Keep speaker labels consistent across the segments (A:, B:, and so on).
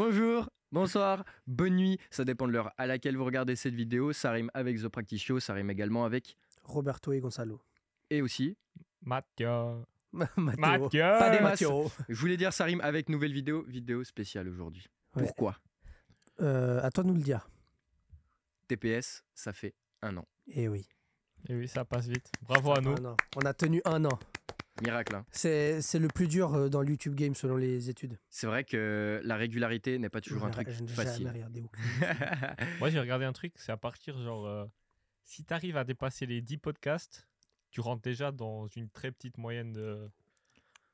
A: Bonjour, bonsoir, bonne nuit, ça dépend de l'heure à laquelle vous regardez cette vidéo. Ça rime avec The Practice Show, ça rime également avec.
B: Roberto et Gonzalo.
A: et aussi.
C: Mathieu.
B: Matteo.
C: Mathieu.
A: Pas des masses.
B: Matteo.
A: Je voulais dire ça rime avec nouvelle vidéo, vidéo spéciale aujourd'hui.
B: Ouais.
A: Pourquoi
B: Euh, à toi de nous le dire.
A: TPS, ça fait un an.
B: Eh oui.
C: Et oui, ça passe vite. Bravo à Oh, nous.
B: Un an. On a tenu un an.
A: Miracle. hein.
B: C'est c'est le plus dur euh, dans le YouTube Game selon les études.
A: C'est vrai que la régularité n'est pas toujours un
B: Je n'ai
A: truc
B: jamais
A: facile.
B: regardé aucune.
C: Moi, j'ai regardé un truc, c'est à partir, genre, euh, si t'arrives à dépasser les 10 podcasts, tu rentres déjà dans une très petite moyenne de.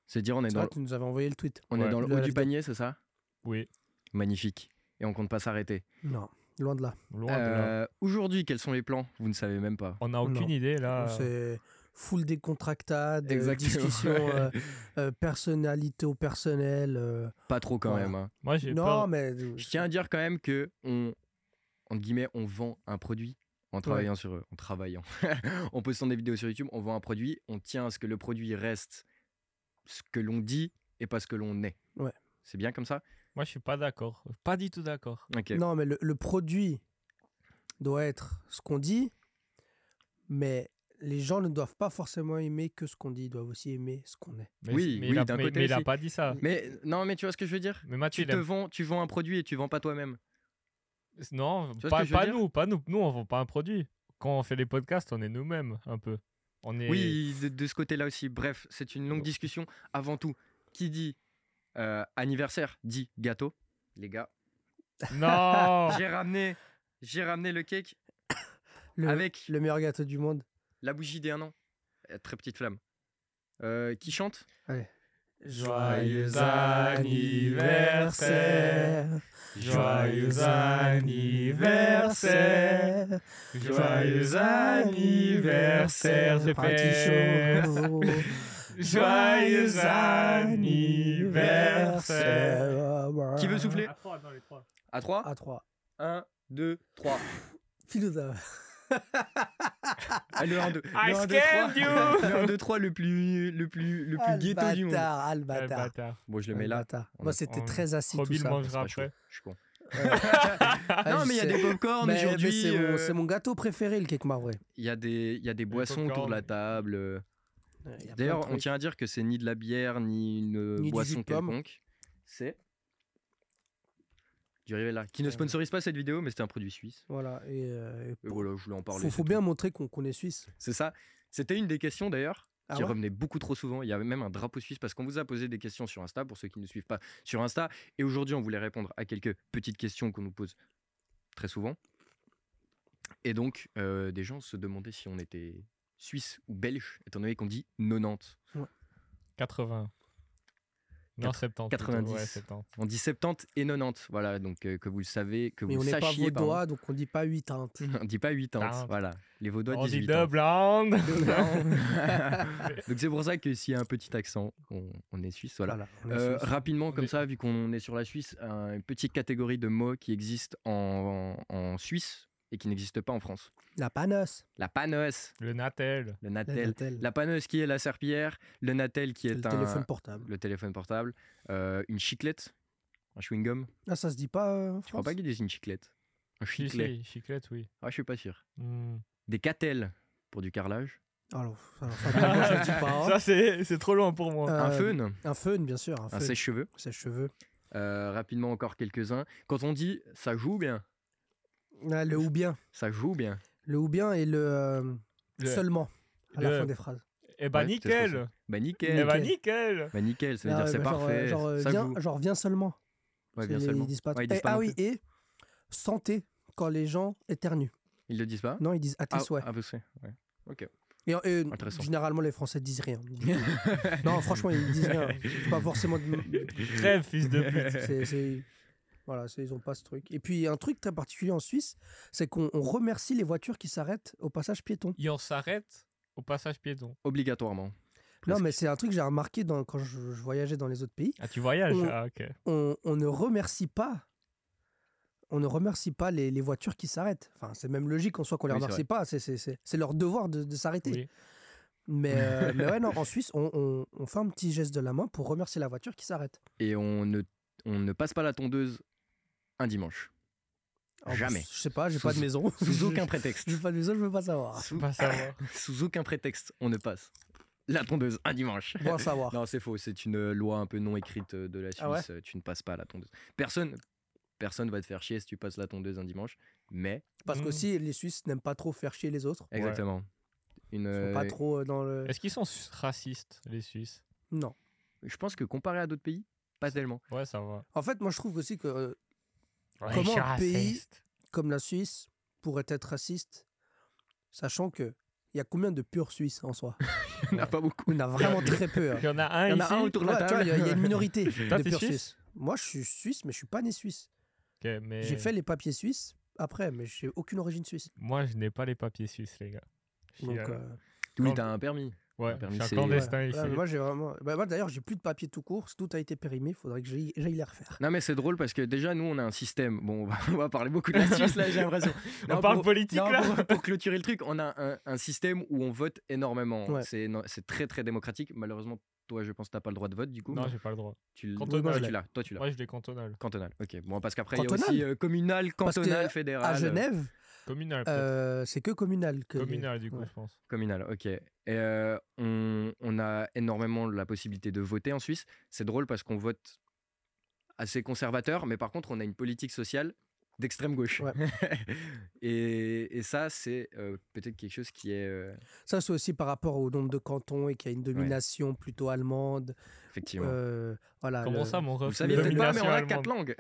A: C'est dire on est
B: C'est
A: dans,
B: vrai, tu nous avais envoyé le tweet.
A: on est
C: Ouais.
A: dans le
B: Le
A: haut du
B: LFD.
A: panier, c'est ça
C: Oui,
A: Magnifique. Et on compte pas s'arrêter.
B: Non, loin de là.
C: loin de là.
A: Euh, Aujourd'hui, quels sont les plans Vous ne savez même pas.
C: On n'a aucune
B: non.
C: idée, là.
B: C'est full décontractade, euh,
A: Exactement,
B: discussion
A: ouais.
B: euh, euh, personnalité au personnel. euh,
A: Pas trop quand
B: Voilà.
A: même. hein.
C: Moi, j'ai
B: Non,
C: peur.
B: mais euh,
A: Je tiens à dire quand même que on, entre guillemets, on vend un produit en travaillant sur eux, en travaillant, en postant des vidéos sur YouTube, on vend un produit, on tient à ce que le produit reste ce que l'on dit et pas ce que l'on est.
B: Ouais.
A: C'est bien comme ça
C: Moi, je suis pas d'accord. Pas du tout d'accord.
A: Ok.
B: non, mais le, le produit doit être ce qu'on dit, mais les gens ne doivent pas forcément aimer que ce qu'on dit, ils doivent aussi aimer ce qu'on est.
C: Mais,
A: Oui,
C: mais
A: oui,
C: il a,
A: d'un
C: mais-
A: côté
C: mais il a
A: aussi.
C: pas dit ça.
A: Mais non, mais tu vois ce que je veux dire
C: Mais Mathieu,
A: tu,
C: il
A: te
C: a-
A: vends, tu vends un produit et tu vends pas toi-même.
C: Non,
A: Tu vois ce
C: pas,
A: que je veux
C: pas
A: dire
C: nous, pas nous. Nous, on vend pas un produit. Quand on fait les podcasts, on est nous-mêmes, un peu. On est...
A: Oui, de, de ce côté-là aussi. Bref, c'est une longue
C: Bon.
A: discussion. Avant tout, qui dit euh, anniversaire dit gâteau. Les gars,
C: Non
A: j'ai ramené, j'ai ramené le cake
B: Le,
A: avec
B: le meilleur gâteau du monde.
A: la bougie des un an. Euh, Très petite flamme. Euh, qui chante
C: Joyeux anniversaire. Joyeux anniversaire Joyeux anniversaire, GPS Joyeux anniversaire
B: Euh,
A: Qui veut souffler
C: Attends,
A: À 3
B: À 3.
A: 1, 2, 3.
B: Filouza. Ah,
A: Le 1, 2.
C: I scammed you.
A: Le 1, 2, 3, le plus, le plus, le plus ghetto du monde.
B: Albatar, Albatar.
A: Bon, je le mets là.
B: Albatar.
A: On
B: Moi,
A: a-
B: c'était
C: on-
B: très assis tout
C: Robin
B: ça.
C: mangera
A: C'est pas
C: après.
A: chaud, Je suis con.
B: Ah,
A: non,
B: je
A: mais il y a
B: sais.
A: des popcorns
B: Mais- mais
A: aujourd'hui.
B: c'est mon-
A: euh,
B: c'est mon, gâteau préféré, le cake marbré.
A: Il y a des, il y a des boissons autour de la table. euh.
B: Il y a plein de
A: D'ailleurs, on
B: trucs.
A: tient à dire que c'est ni de la bière, ni une
B: Ni du jus
A: boisson
B: de pomme.
A: quelconque. C'est du Rivella. Qui ne sponsorise pas cette vidéo, mais c'était un produit suisse.
B: Voilà. Et, euh, et
A: Et voilà, je voulais en parler.
B: faut,
A: c'est
B: faut
A: tout.
B: bien montrer qu'on qu'on est suisse.
A: C'est ça. C'était une des questions d'ailleurs
B: Ah
A: qui
B: ouais
A: revenait beaucoup trop souvent. Il y avait même un drapeau suisse parce qu'on vous a posé des questions sur Insta pour ceux qui ne suivent pas sur Insta. Et aujourd'hui, on voulait répondre à quelques petites questions qu'on nous pose très souvent. Et donc, euh, des gens se demandaient si on était suisse ou belge, étant donné qu'on dit 90.
C: 80. Non, 70. plutôt.
A: 90.
C: Ouais, 70.
A: On dit 70 et 90. Voilà, donc euh, que vous le savez, que
B: Mais
A: vous
B: on
A: le
B: n'est pas
A: sachiez. pardon.
B: vaudois, donc on dit pas 8
A: on dit pas 80.
C: Tinte.
A: Voilà, les vaudois
C: On
A: disent
C: dit
A: 8.
C: deux blancs.
A: donc c'est pour ça que s'il y a un petit accent, on, on est suisse. Voilà.
B: Voilà. on est
A: Euh,
B: suisse.
A: rapidement, comme
C: est-
A: ça, vu qu'on est sur la Suisse, un- une petite catégorie de mots qui existent en, en- en Suisse et qui n'existent pas en France.
B: La panasse.
A: La paneuse,
C: Le Natel.
A: le
B: La
A: natel.
B: Natel.
A: La paneuse qui est la serpillière, le natel qui est
B: le
A: un,
B: téléphone portable.
A: le téléphone portable, euh, une chiclette, un chewing-gum.
B: Ah, ça se dit pas. euh, en
A: Je crois
B: France
A: pas qu'il dise une chiclette. Un
C: Si,
A: chiclet.
C: si, Chiclette, oui.
A: Ah, je suis pas sûr.
C: Hmm.
A: Des catelles pour du carrelage.
B: Alors, ça, ça, moi, je le dis pas, hein.
C: Ça, c'est c'est trop loin pour moi.
A: un
B: Euh,
A: fun,
B: Un fun, bien sûr. Un,
A: un
B: fun.
A: sèche-cheveux.
B: sèche-cheveux.
A: Euh, rapidement encore quelques-uns. Quand on dit ça joue bien,
B: Ah, le ou bien.
A: ça joue bien.
B: Le ou bien et le euh,
C: Le-
B: seulement à la
C: le-
B: fin des phrases.
C: Eh bah,
A: Ouais, peut-être
C: nickel.
A: Bah nickel.
C: Eh bah,
B: Nickel.
C: nickel.
A: Bah nickel, ça veut
B: ben, Ah,
A: dire c'est
B: bah, genre, euh,
A: parfait.
B: Genre, euh,
A: ça
B: viens,
A: joue.
B: genre, viens seulement.
A: Ouais,
B: Parce
A: bien
B: que les-
A: seulement.
B: Ils disent pas.
A: Ouais, ils
B: Eh,
A: disent pas
B: ah
A: non
B: oui, et santé quand les gens éternuent.
A: Ils le disent pas
B: Non, ils disent à tes
A: Ah,
B: souhaits.
A: ah, vous savez, ouais. Ok.
B: Et, et
A: Intéressant.
B: généralement, les Français disent rien. du tout. non, franchement, ils disent rien. C'est pas forcément. de-
C: Crève, fils de pute.
B: c'est- c'est- Voilà, c'est- ils ont pas ce truc. Et puis, un truc très particulier en Suisse, c'est qu'on on remercie les voitures qui s'arrêtent au passage piéton.
C: Et on s'arrête au passage piéton.
A: Obligatoirement.
B: Non,
A: Presque.
B: mais c'est un truc que j'ai remarqué dans- quand je, je voyageais dans les autres pays.
C: Ah, tu voyages
B: On-
C: Ah, ok.
B: On, on ne remercie pas. On ne remercie pas les, les voitures qui s'arrêtent. Enfin, c'est même logique en soi qu'on les
A: Oui, c'est
B: remercie pas. C'est- C'est c'est- c'est leur devoir de, de s'arrêter.
C: Oui.
B: Mais, euh, mais ouais, non, en Suisse, on, on- on fait un petit geste de la main pour remercier la voiture qui s'arrête.
A: Et on ne, on ne passe pas la tondeuse un dimanche.
B: En plus,
A: Jamais.
B: Je sais pas, j'ai pas de
A: Sous-
B: maison.
A: Sous aucun prétexte.
B: J'ai pas de maison, je veux pas savoir.
A: Sous,
C: Pas savoir.
A: sous aucun prétexte, on ne passe. La tondeuse, un dimanche.
B: Bon à savoir.
A: Non, c'est faux. C'est une loi un peu non écrite euh, de la Suisse.
B: Ah ouais
A: euh, tu ne passes pas la tondeuse. Personne, personne va te faire chier si tu passes la tondeuse un dimanche. Mais
B: Parce
C: Mm.
B: qu'aussi, les Suisses n'aiment pas trop faire chier les autres.
C: Ouais.
A: exactement. Une,
B: Ils sont
A: euh,
B: pas trop euh, dans le.
C: Est-ce qu'ils sont su- racistes, les Suisses
B: Non.
A: Je pense que comparé à d'autres pays, pas tellement.
C: Ouais, ça va.
B: En fait, moi, je trouve aussi que, euh,
C: Ouais,
B: Comment
C: je suis
B: un pays-
C: raciste.
B: comme la Suisse pourrait être raciste, sachant que il y a combien de purs Suisses en soi
A: Il n'y en a pas beaucoup.
B: Il y en a vraiment très peu. hein.
C: Il y en a un
A: Il y en
C: ici.
A: a un autour de la
B: Ouais, tu vois,
A: table.
B: Il y, a il y a une minorité
C: Toi,
B: de
C: t'es
B: purs
C: suisse
B: Suisses. Moi, je suis suisse, mais je suis pas né suisse.
C: Ok, mais
B: J'ai fait les papiers suisses après, mais j'ai aucune origine suisse.
C: Moi, je n'ai pas les papiers suisses, les gars. Je suis,
B: Donc,
C: euh,
B: euh,
A: Oui, t'as un permis.
C: ouais,
A: un permis,
C: je suis
A: c'est-
C: un clandestin
B: ouais.
C: ici.
B: Ouais, mais moi, j'ai vraiment. bah, moi, d'ailleurs, j'ai plus de papiers tout court. Tout a été périmé. Il faudrait que j'aille j'aille les refaire.
A: Non mais c'est drôle parce que déjà nous on a un système. Bon on va, on va parler beaucoup de la Suisse là j'ai l'impression.
C: On
A: Non,
C: parle
A: pour-
C: politique
A: non,
C: là
A: pour, pour clôturer le truc, on a un, un système où on vote énormément.
B: Ouais.
A: C'est non, c'est très très démocratique. Malheureusement toi je pense que t'as pas le droit de vote du coup.
C: Non, j'ai pas le droit.
A: tu l-
C: cantonal.
A: toi, tu l'as. Toi tu l'as.
C: Moi, je l'ai cantonal.
A: Cantonal. Ok. Bon parce qu'après il y a
B: Cantonal
A: aussi euh, communal,
B: Parce que
A: cantonal, fédéral.
B: À Genève,
C: Communal, peut-être.
B: euh, c'est que communal. Que les-
C: Communal, du coup,
B: ouais.
C: je pense.
A: Communal, ok. Et euh, on, on a énormément la possibilité de voter en Suisse. C'est drôle parce qu'on vote assez conservateur, mais par contre, on a une politique sociale d'extrême gauche.
B: Ouais.
A: et, et ça, c'est euh, peut-être quelque chose qui est euh,
B: Ça, c'est aussi par rapport au nombre de cantons et qu'il y a une domination plutôt allemande.
A: effectivement.
B: Euh, voilà.
C: Comment
B: le-
C: ça, mon
A: Vous
C: ref
A: le
C: c'est
A: savez
C: une
A: peut-être pas, mais
C: domination
A: on a
C: allemande.
A: quatre langues.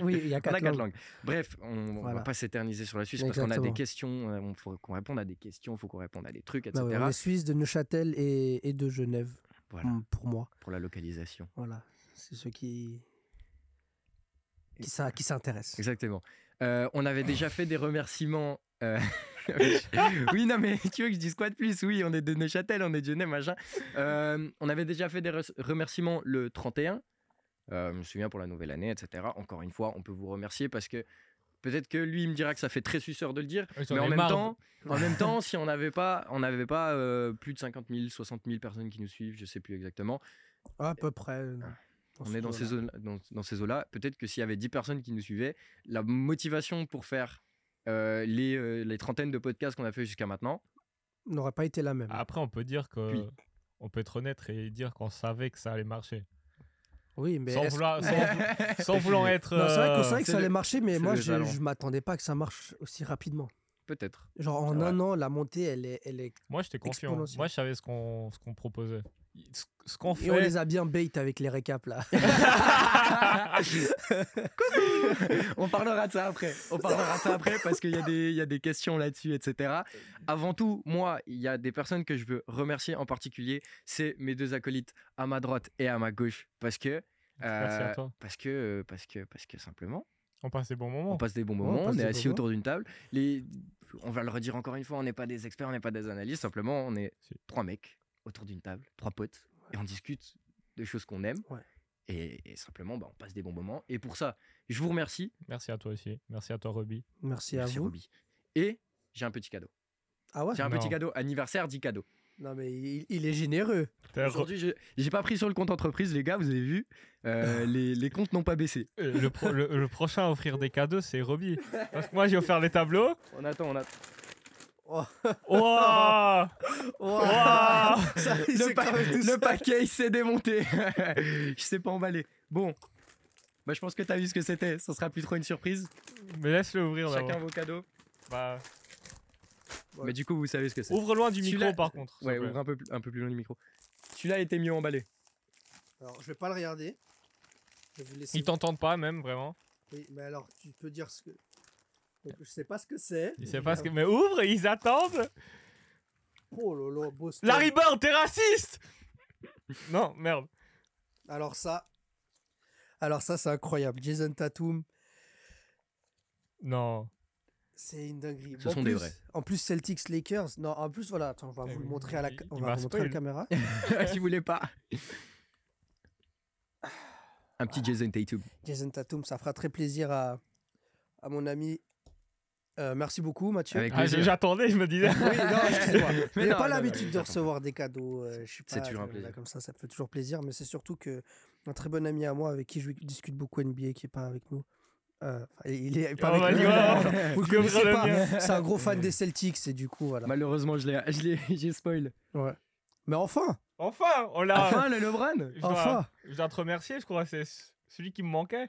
B: Oui, il y a
A: On
B: quatre,
A: a quatre
B: langues.
A: langues. Bref, on ne va
B: Voilà.
A: pas s'éterniser sur la Suisse parce qu'on a des
B: Exactement.
A: questions. Il faut qu'on réponde à des questions, il faut qu'on réponde à des trucs,
B: Bah
A: etc.
B: ouais, on est suisse de Neuchâtel et, et de Genève.
A: Voilà.
B: Mm, Pour moi,
A: Pour la localisation.
B: voilà. C'est ceux qui qui s'in- qui s'intéressent.
A: Exactement. Euh, on avait déjà fait des remerciements. euh, oui, non, mais tu veux que je dise quoi de plus Oui, on est de Neuchâtel, on est de Genève, machin. Euh, on avait déjà fait des re- remerciements le 31. Euh, je me souviens pour la nouvelle année, etc. Encore une fois, on peut vous remercier parce que peut-être que lui, il me dira que ça fait très suceur de le dire.
C: Ouais, j'en
A: Mais
C: ai
A: en même,
C: marre de-
A: temps, en même temps, si on n'avait pas, on n'avait pas euh, plus de 50 000, 60 000 personnes qui nous suivent, je sais plus exactement,
B: À peu près. euh,
A: Ah. on est dans ces zones,
B: eaux-là.
A: dans, dans ces eaux-là. Peut-être que s'il y avait 10 personnes qui nous suivaient, la motivation pour faire euh, les, euh, les trentaines de podcasts qu'on a fait jusqu'à maintenant,
B: N'aurait pas été la même.
A: Ah.
C: Après, on peut dire que.
A: Puis-
C: On peut être honnête et dire qu'on savait que ça allait marcher.
B: oui, mais
C: sans,
B: est-ce-
C: vouloir, sans, vou- sans vouloir être.
B: Non, c'est vrai qu'on
C: euh,
B: savait que
A: c'est
B: ça allait
A: le-
B: marcher, mais
A: c'est
B: moi,
A: le
B: je,
A: talent.
B: je m'attendais pas que ça marche aussi rapidement.
A: peut-être.
B: Genre en
A: C'est
B: un an, la montée, elle est, elle est.
C: Moi, j'étais confiant.
B: Exponentiel.
C: Moi, je savais ce qu'on ce qu'on proposait. Ce, ce qu'on fait.
B: Et on les a bien bait avec les récaps là.
A: On parlera de ça après. On parlera de ça après parce qu'il y, a des- il y a des questions là-dessus, etc. Avant tout, moi, il y a des personnes que je veux remercier en particulier. C'est mes deux acolytes à ma droite et à ma gauche parce que.
C: Merci
A: euh,
C: à toi.
A: parce que, parce que, parce que simplement,
C: On passe des bons
A: on
C: moments.
A: passe des bons
B: on
A: moments, on,
B: passe
A: est
B: des
A: assis
B: bons
A: autour d'une table. Les... On va le redire encore une fois, on n'est pas des experts, on n'est pas des analystes, simplement on est
C: Si.
A: trois mecs autour d'une table, trois potes, et on discute de choses qu'on aime.
B: Ouais.
A: Et, et simplement, bah, on passe des bons moments. Et pour ça, je vous remercie.
C: Merci à toi aussi. Merci à toi, Roby.
B: Merci à
A: Merci,
B: vous.
A: Roby. Et j'ai un petit cadeau.
B: Ah ouais
A: J'ai un
C: Non.
A: petit cadeau, anniversaire, 10 cadeaux.
B: Non, mais il, il est généreux.
C: T'as-
A: Aujourd'hui, j'ai j'ai pas pris sur le compte entreprise, les gars, vous avez vu, euh, les, les comptes n'ont pas baissé.
C: Euh, le, pro- le- le prochain à offrir des cadeaux, c'est Roby. Parce que moi, j'ai offert les tableaux.
A: On attend, on attend.
B: Oh.
C: Wow
B: Ouah.
C: Ah.
B: Ça, il
A: le,
B: s'est
A: pa-
B: cramé tout
A: le
B: seul.
A: paquet il s'est démonté. je sais pas emballer. Bon, bah, je pense que t'as vu ce que c'était. Ça sera plus trop une surprise.
C: Mais laisse-le ouvrir
A: Chacun
C: d'abord.
A: vos cadeaux.
C: Bah,
B: Ouais.
A: Mais du coup, vous savez ce que c'est.
C: ouvre loin du micro,
A: Celui-là-
C: par contre. s'il
A: Ouais,
C: te plaît.
A: ouvre un peu, plus- un peu plus loin du micro. Celui-là était mieux emballé.
B: Alors, je vais pas le regarder. Je vais vous laisser.
C: Ils t'entendent pas, même, vraiment.
B: Oui, mais alors, tu peux dire ce que. Donc, je sais pas ce que c'est.
C: Ils savent pas ce que... Mais ouvre, ils attendent.
B: Oh lolo, beau style.
C: Larry Bird, t'es raciste Non, merde.
B: Alors, ça. Alors, ça, c'est incroyable. Jason Tatum,
C: Non.
B: c'est une dinguerie.
A: Ce
B: En
A: sont des
B: plus-
A: vrais.
B: En plus, Celtics Lakers. Non, en plus, voilà, attends, on va
C: Eh
B: vous le
C: oui,
B: montrer à la,
C: il-
B: ca- on
C: il
B: va
C: m'a
B: vous montrer à la
C: spoil.
B: caméra.
A: si vous voulez pas. Un petit Jason Tatum.
B: Jason Tatum, ça fera très plaisir à, à mon ami. Euh, merci beaucoup, Mathieu.
A: Avec
C: Ah,
A: plaisir.
C: J'attendais, je me disais.
B: Oui, non,
C: Ah,
B: excusez-moi.
A: Mais
B: J'ai
A: non,
B: pas
A: non,
B: l'habitude
A: non,
B: de
A: non.
B: recevoir des cadeaux. euh, je suis
A: C'est
B: pas,
A: toujours un
B: euh,
A: plaisir.
B: Comme ça, ça fait toujours plaisir. Mais c'est surtout que un très bon ami à moi avec qui je discute beaucoup NBA qui est pas avec nous, euh, enfin, il est
C: Oh,
B: pas avec
C: vas-y,
B: nous,
C: ouais,
B: mais Vous le
C: Tu ouvres
B: connaissez
C: le
B: pas.
C: mien.
B: C'est un gros fan des Celtics et du coup, voilà.
A: Malheureusement, je l'ai- je l'ai- j'ai spoil.
B: Ouais. Mais enfin,
C: Enfin, on l'a.
A: Enfin, le LeBron
C: je, dois,
B: enfin.
C: je dois te remercier, je crois. C'est c- celui qui me manquait.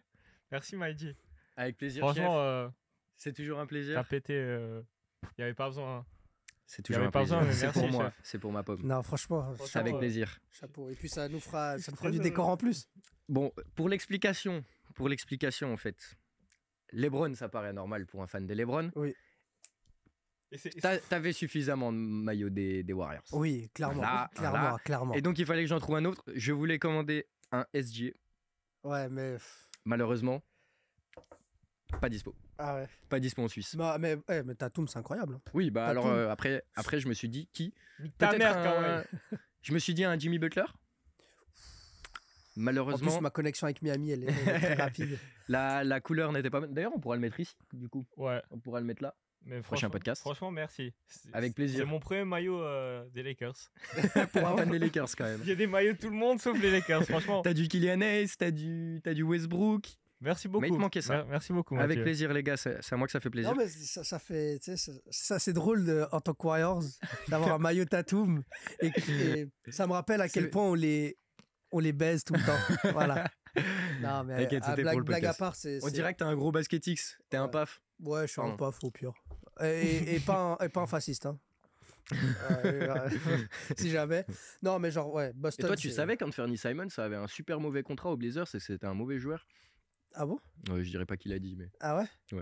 C: Merci, Maïdi.
A: Avec plaisir,
C: Franchement, euh,
A: C'est toujours un
C: t'as
A: plaisir.
C: pété. euh, Il n'y avait pas besoin. hein.
A: C'est
C: y
A: toujours
C: avait
A: un
C: pas besoin,
A: plaisir.
C: mais
A: C'est pour
C: merci,
A: moi.
C: chef.
A: C'est pour ma pomme.
B: Non, franchement,
C: Franchement,
A: C'est
B: chapeau.
A: avec plaisir.
B: Chapeau. Et puis ça nous fera, ça nous fera du
C: Désolé.
B: décor en plus.
A: Bon, pour l'explication, pour l'explication en fait, LeBron, ça paraît normal pour un fan des LeBron.
C: Et c'est- et
A: T'a- T'avais suffisamment de maillots des, des Warriors.
B: Oui, clairement,
A: Voilà,
B: clairement,
A: voilà.
B: clairement.
A: Et donc il fallait que j'en trouve un autre. Je voulais commander un SG,
B: Ouais, mais pff,
A: malheureusement, pas dispo.
B: ah ouais.
A: Pas dispo en Suisse.
B: Bah, mais ouais, mais Tatum, c'est incroyable. hein.
A: Oui, bah
B: T'as
A: alors
B: tout.
A: euh, après, après je me suis dit qui
C: c'est- ta
A: Peut-être
C: mère,
A: un-
C: quand même.
A: Je me suis dit un Jimmy Butler.
B: En
A: Malheureusement,
B: plus, ma connexion avec Miami, elle est, elle est très rapide.
A: la, la couleur n'était pas. D'ailleurs, on pourra le mettre ici, du coup.
C: Ouais.
A: On pourra le mettre là.
C: Mais
A: Prochain
C: franchement-
A: podcast.
C: Franchement, merci. C'est-
A: Avec
C: c'est-
A: plaisir.
C: C'est mon premier maillot euh, des Lakers.
A: Pour un fan des Lakers, quand même.
C: Il y a des maillots de tout le monde sauf les Lakers. Franchement,
A: T'as du Kylian Hayes, t'as du, t'as du Westbrook.
C: merci beaucoup.
A: Mais il te manquait ça.
C: Mer- Merci beaucoup.
A: Avec
C: Mathieu.
A: plaisir, les gars. C'est c'est à moi que ça fait plaisir.
B: non, mais ça, ça fait. tu sais, Ça, ça, c'est drôle de- en tant que Warriors d'avoir un maillot Tatum. Et, et ça me rappelle à
A: C'est-
B: quel point on les, on les baise tout le temps. voilà. Non, mais
A: T'inquiète,
B: à
A: c'était
B: blague,
A: pour le
B: blague à
A: podcast.
B: part, c'est.
A: On
B: c'est-
A: dirait que t'es un gros basket X. T'es un
B: Ouais.
A: paf.
B: Ouais, je suis un
A: Pardon.
B: paf au pire. Et, et pas, un, et pas un fasciste. Hein. Euh, euh, si jamais. Non, mais genre, ouais,
A: Et
B: Boston.
A: toi, tu
B: c'est-
A: savais qu'Anthony Simon, ça avait un super mauvais contrat au Blazers et que c'était un mauvais joueur
B: Ah bon
A: Ouais, Je dirais pas qu'il a dit, mais.
B: Ah ouais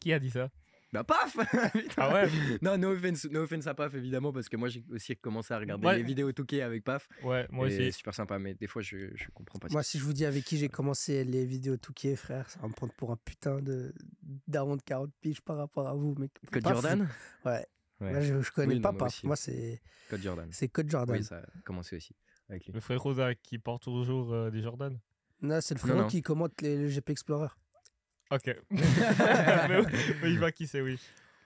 C: Qui a dit ça
A: Bah, paf Putain.
C: Ah ouais
A: Non, no offense, no offense à Paf, évidemment, parce que moi, j'ai aussi commencé à regarder
C: Ouais.
A: les vidéos Touquet avec Paf.
C: Ouais, moi
A: et
C: aussi.
A: super sympa, mais des fois, je, je comprends pas
B: Moi, si je vous dis avec qui j'ai commencé les vidéos Touquet, frère, ça va me prendre pour un putain de daron de 40 piges par rapport à vous, mec.
A: Code
B: Paf,
A: Jordan
B: Ouais.
A: Ouais.
B: Là, je, je connais
A: Oui, non,
B: pas
A: moi
B: Paf.
A: aussi.
B: Moi, c'est
A: Code Jordan.
B: c'est Code Jordan.
A: Oui, ça a commencé aussi. Avec lui.
C: Le frère Rosa qui porte toujours euh, des Jordan.
B: Non, c'est le frérot
A: non.
B: qui commente les, le GP Explorer.
C: Ok. mais, mais il voit qui c'est, oui.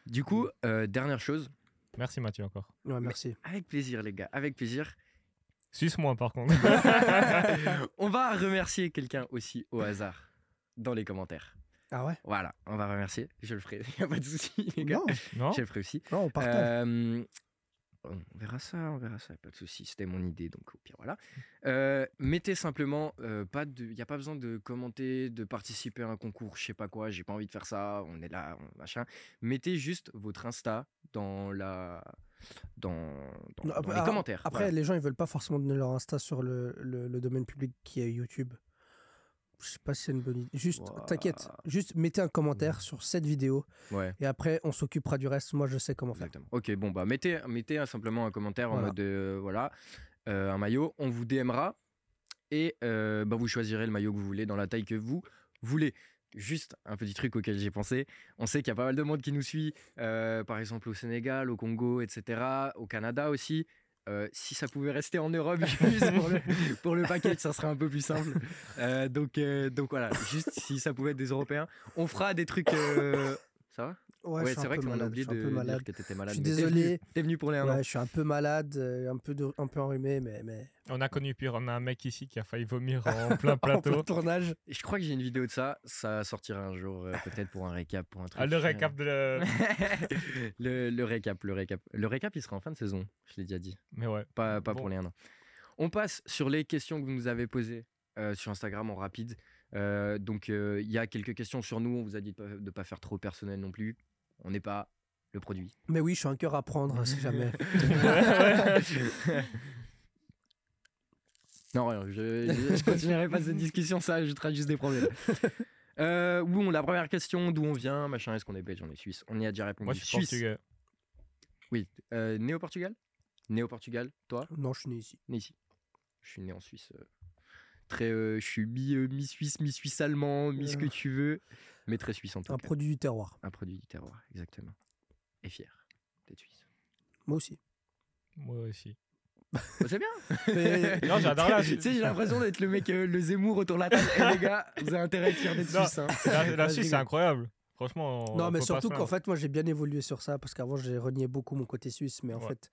A: Du coup, euh, dernière chose.
C: Merci Mathieu encore.
B: Ouais, merci.
A: Avec plaisir, les gars, avec plaisir.
C: Suce-moi par contre.
A: on va remercier quelqu'un aussi au hasard dans les commentaires.
B: Ah ouais
A: Voilà, on va remercier. Je le ferai, il a pas de souci, les gars.
B: non,
C: non
A: Je le ferai aussi.
B: non, on partage.
A: Euh, on verra ça, on verra ça, pas de souci. C'était mon idée, donc au pire, voilà. Euh, mettez simplement, euh, pas de, y a pas besoin de commenter, de participer à un concours, je sais pas quoi. J'ai pas envie de faire ça. On est là, on- machin. Mettez juste votre Insta dans la, dans, dans-
B: Non,
A: dans
B: après-
A: Euh,
B: ah,
A: les commentaires.
B: Après,
A: voilà.
B: les gens, ils veulent pas forcément donner leur Insta sur le, le- le domaine public qui est YouTube. Je sais pas si c'est une bonne idée. Juste,
A: Ouah.
B: t'inquiète, juste mettez un commentaire sur cette vidéo
A: ouais.
B: et après, on s'occupera du reste. Moi, je sais comment faire.
A: Exactement. Ok, bon, bah mettez, mettez euh, simplement un commentaire en
B: Voilà.
A: mode euh, voilà, euh, un maillot, on vous DMera et euh, bah, vous choisirez le maillot que vous voulez dans la taille que vous voulez. Juste un petit truc auquel j'ai pensé. On sait qu'il y a pas mal de monde qui nous suit, euh, par exemple au Sénégal, au Congo, etc., au Canada aussi. Euh, si ça pouvait rester en Europe juste pour le, pour le package, ça serait un peu plus simple. Euh, donc, euh, donc voilà, juste si ça pouvait être des Européens, on fera des trucs. euh, Ça va Ouais,
B: je suis
A: c'est
B: un
A: vrai
B: peu
A: qu'on a
B: malade,
A: oublié
B: je suis
A: de
B: un peu malade.
A: dire que t'étais malade.
B: suis
A: mais t'es
B: désolé.
A: venu- T'es venu pour les un an.
B: Ouais, je suis un peu malade, euh, un peu, de- un peu enrhumé, mais, mais...
C: On a connu pire. On a un mec ici qui a failli vomir en plein
B: en plein
C: plateau.
B: tournage.
A: Et Je crois que j'ai une vidéo de ça. Ça sortira un jour, euh, peut-être pour un récap, pour un truc.
C: Ah, le récap de. la-
A: le, le récap, le récap. Le récap, il sera en fin de saison. Je l'ai déjà dit.
C: Mais ouais.
A: Pas, pas
C: Bon.
A: pour les un an. On passe sur les questions que vous nous avez posées euh, sur Instagram en rapide. Euh, donc, euh, il y a quelques questions sur nous. On vous a dit de pas, de pas faire trop personnel non plus. On n'est pas le produit.
B: Mais oui, je suis un cœur à prendre, si jamais.
A: non, rien, je, je- je continuerai pas cette discussion, ça ajoutera juste des problèmes. Euh, où on- la première question, d'où on vient, machin, est-ce qu'on est belge, on est suisse On y a déjà répondu.
C: Moi, je suis
A: Suisse.
C: portugais.
A: Oui, Euh, né au Portugal Né au Portugal, toi
B: Non, je suis né ici.
A: Né ici. Je suis né en Suisse. euh, très, euh, je suis mi, euh, mi-suisse, mi-suisse allemand, mi-ce que
B: Euh.
A: tu veux, mais très suisse en tout
B: Un
A: cas.
B: produit du terroir.
A: Un produit du terroir, exactement. Et fier d'être suisse.
B: Moi aussi.
C: Moi aussi.
A: Bah, c'est bien
B: Mais-
C: Non, j'adore la
A: Tu sais, j'ai l'impression d'être le mec, euh, le Zemmour autour de la table. Eh, les gars, vous avez intérêt à tirer des
C: Non.
A: Suisses. hein.
C: La, la
B: je
C: Suisse, c'est
B: rigole.
C: incroyable. Franchement. on
B: non, mais
C: peut pas
B: surtout
C: se
B: qu'en
C: plaindre.
B: fait, moi, j'ai bien évolué sur ça parce qu'avant, j'ai renié beaucoup mon côté suisse, mais en
C: Ouais.
B: fait,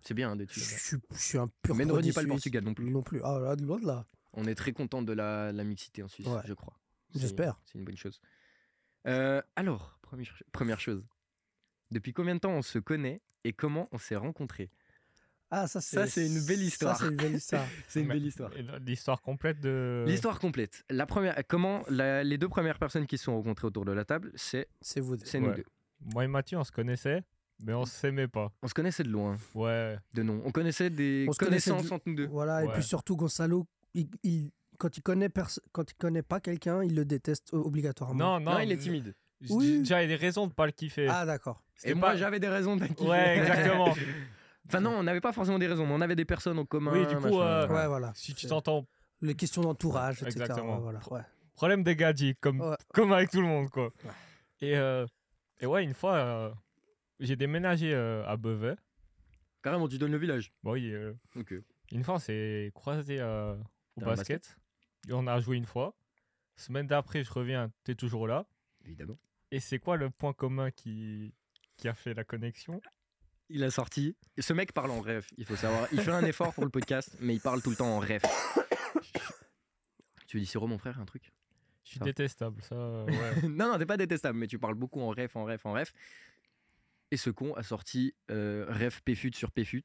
A: C'est bien hein, d'être
B: je
A: suisse.
B: suis, je suis un pur
A: Mais ne
B: produit
A: renie pas le
B: suisse.
A: Portugal non plus.
B: Non plus. Ah là, de loin de là.
A: On est très content de la, la mixité en Suisse,
B: Ouais.
A: je crois. C'est-
B: J'espère.
A: C'est une bonne chose. Euh, alors, première, ch- première chose. Depuis combien de temps on se connaît et comment on s'est rencontrés
B: Ah, ça, c'est,
A: Ça, c'est une belle histoire.
B: Ça, c'est une belle histoire.
A: C'est
C: Mais- et là, L'histoire complète de.
A: L'histoire complète. La première, comment la- les deux premières personnes qui se sont rencontrées autour de la table, c'est
B: c'est vous deux.
A: c'est nous
C: Ouais.
A: deux.
C: Moi et Mathieu, on se connaissait, mais on s'aimait pas.
A: On se connaissait de loin,
C: Ouais.
B: Ah
A: de nom. On connaissait des
B: On se connaissait
A: connaissances
B: de-
A: entre nous deux.
B: Voilà, et
C: Ouais.
B: puis surtout, Gonzalo, il, il- quand, il connaît perso- quand il connaît pas quelqu'un, il le déteste euh, obligatoirement.
C: Non, non,
A: Non, il est timide.
C: j-
B: Oui.
C: Déjà, il y a des raisons de pas le kiffer.
B: Ah, d'accord.
A: Et
C: C'était
A: moi,
C: pas-
A: j'avais des raisons de la kiffer.
C: Ouais, exactement.
A: enfin non, on n'avait pas forcément des raisons, mais on avait des personnes en commun.
C: Oui, du coup,
A: machin,
C: euh,
B: Ouais,
A: voilà.
B: voilà.
C: si tu
B: C'est
C: t'entends,
B: Les questions d'entourage, etc.
C: Exactement.
B: ouais, Voilà, ouais.
C: problème des gadgets, comme,
B: Ouais.
C: comme avec tout le monde, quoi.
B: Ouais.
C: Et, euh, et ouais, une fois, euh, j'ai déménagé euh, à Beauvais.
A: Carrément, tu donnes le village.
C: Bon, oui, euh,
A: Ok.
C: une fois, on s'est croisés euh, au
A: Dans le
C: basket. Et on a joué une fois. Semaine d'après, je reviens, t'es toujours là.
A: Évidemment.
C: Et c'est quoi le point commun qui, qui a fait la connexion
A: Il a sorti. Et ce mec parle en rêve, il faut savoir. Il fait un effort pour le podcast, mais il parle tout le temps en rêve. tu dis Siro, mon frère, un truc
C: Je suis
A: Ça.
C: détestable, ça. euh, ouais.
A: non, non, t'es pas détestable, mais tu parles beaucoup en ref, en ref, en ref. Et ce con a sorti euh, ref Péfut sur Péfut.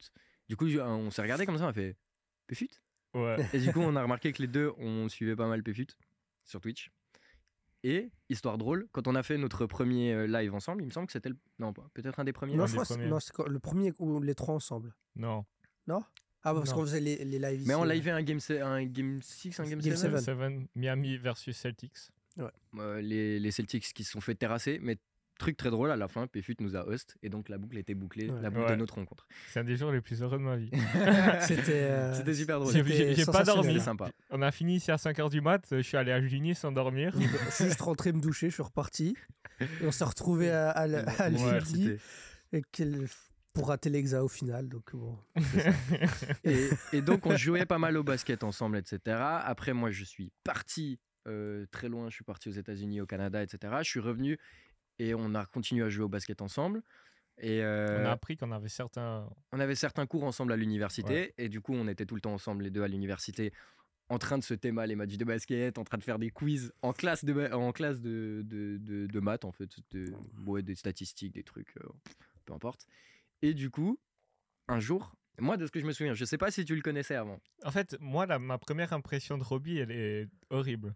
A: Du coup, je- on s'est regardé comme ça, on a fait Péfut.
C: ouais.
A: Et du coup, on a remarqué que les deux, on suivait pas mal Péfut sur Twitch. Et, histoire drôle, quand on a fait notre premier euh, live ensemble, il me semble que c'était le... Non, pas- peut-être un des premiers.
B: Non,
C: Un
B: je
C: des
B: crois que c'est
C: premiers.
B: non, c'est quoi, le premier où les trois ensemble.
C: Non.
B: Non Ah, bah, parce
C: Non.
B: qu'on faisait les, les lives
A: mais on
B: ici, euh,
A: liveait un Game 6, un Game 6, un Game,
B: Game
A: 7.
B: Seven.
C: Seven, Miami versus Celtics.
A: Euh, les, les Celtics qui se sont fait terrasser, mais truc très drôle, à la fin, Péfut nous a host, et donc la boucle était bouclée,
B: Ouais.
A: la boucle de
C: Ouais.
A: notre rencontre.
C: C'est un des jours les plus heureux de ma vie.
B: C'était. euh,
A: C'était super drôle.
C: J'ai- j'ai- j'ai pas dormi.
A: C'était
B: sensationnel.
A: Oh, sympa.
C: On a fini ici à 5h du mat, je suis allé à Juni sans dormir.
B: Je suis juste rentré me doucher, je suis reparti. Et on s'est retrouvé à, à, l- à l'université
A: L'université.
B: et quel- pour rater l'exa au final. Donc bon.
A: Et, et donc, on jouait pas mal au basket ensemble, etc. Après, moi, je suis parti euh, très loin. Je suis parti aux États-Unis, au Canada, etc. Je suis revenu et on a continué à jouer au basket ensemble. Et euh,
C: On
A: on,
C: a appris qu'on avait certains.
A: avait certains cours ensemble à l'université. Et du coup, on était tout le temps ensemble, les deux, à l'université, en train de se théma les matchs de basket, en train de faire des quiz en classe de, ba- en classe de, de, de- de maths, en fait, de, ouais, des statistiques, des trucs, euh, peu importe. Et du coup, un jour, moi, de ce que je me souviens, je sais pas si tu le connaissais avant.
C: En fait, moi, la- ma première impression de Roby, elle est horrible.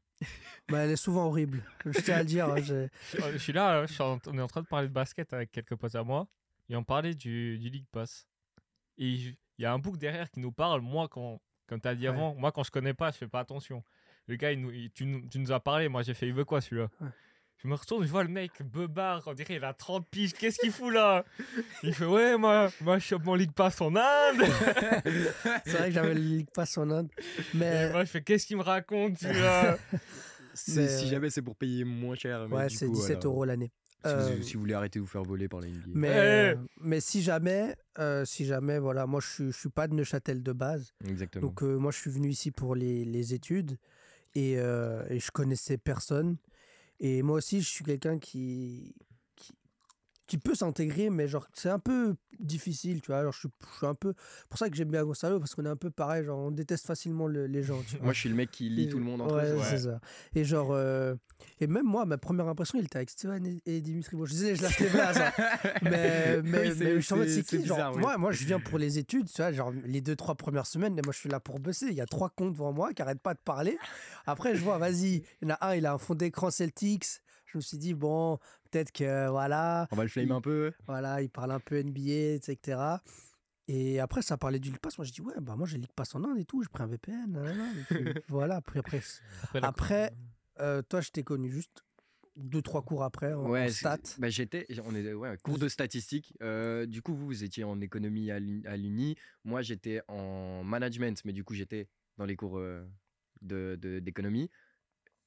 B: Bah, elle est souvent horrible. Je tiens à le dire. hein, j'ai-
C: Euh, Je je suis là, je suis en- on est en train de parler de basket avec quelques potes à moi, et on parlait du, du League Pass. Et je- il y a un bouc derrière qui nous parle, moi, quand, comme tu as dit
B: Ouais.
C: avant, moi, quand je connais pas, je fais pas attention. Le gars, il nous- il- tu, nous- tu nous as parlé, moi, j'ai fait, il veut quoi celui-là
B: Ouais.
C: Je me retourne, je vois le mec, beubard, on dirait, il a 30 piges, qu'est-ce qu'il fout là Il fait, ouais, moi, moi, je chope mon League Pass en Inde
B: C'est vrai que j'avais le League Pass en Inde.
C: Et
B: Mais
C: moi, je fais, qu'est-ce qu'il me raconte celui-là
A: Si,
B: Mais-
A: si jamais c'est pour payer moins cher. mais
B: ouais,
A: du
B: c'est
A: coup,
B: 17
A: alors,
B: euros l'année.
A: Si, vous-
B: Euh,
A: si vous voulez arrêter de vous faire voler par la NBA.
B: Mais,
C: Eh
B: mais si jamais, euh, si jamais, voilà, moi je suis, je suis pas de Neuchâtel de base.
A: Exactement.
B: Donc euh, moi je suis venu ici pour les, les études et, euh, et je connaissais personne. Et moi aussi je suis quelqu'un qui, qui qui peut s'intégrer, mais genre c'est un peu difficile, tu vois. Genre, je, suis, je suis un peu pour ça que j'aime bien Gonzalo parce qu'on est un peu pareil, genre on déteste facilement le- les gens. Tu vois.
A: moi, je suis le mec qui lit tout le monde entre
B: euh, Ouais,
A: eux.
B: c'est ça. Et genre, euh, et même moi, ma première impression, il était avec Steven et, et Dimitri. Bon, je disais, je lâche les blagues. hein. mais, mais,
A: Oui, c'est-
B: mais je suis en mode,
A: c'est-
B: c'est
A: c'est
B: qui genre,
A: bizarre, oui.
B: moi, moi, je viens pour les études, tu vois, genre les deux, trois premières semaines, et moi, je suis là pour bosser. Il y a trois cons devant moi qui n'arrêtent pas de parler. Après, je vois, vas-y, il y en a un, il a un fond d'écran Celtics. Je me suis dit, bon, peut-être que, voilà,
A: On va le flame un peu.
B: voilà, il parle un peu NBA, etc. Et après, ça parlait du League Pass. Moi, j'ai dit, ouais, bah, moi, j'ai le League Pass en Inde et tout, j'ai pris un VPN. nanana. Et puis, voilà, après, après,
C: Après, la-
B: après, euh, toi, je t'ai connu juste deux, trois cours après en, en
A: Ouais,
B: stats.
A: c'est- bah, j'étais, on est, ouais, cours de statistique. Euh, du coup, vous, vous étiez en économie à l'uni- à l'uni. Moi, j'étais en management, mais du coup, j'étais dans les cours euh, de- de- d'économie.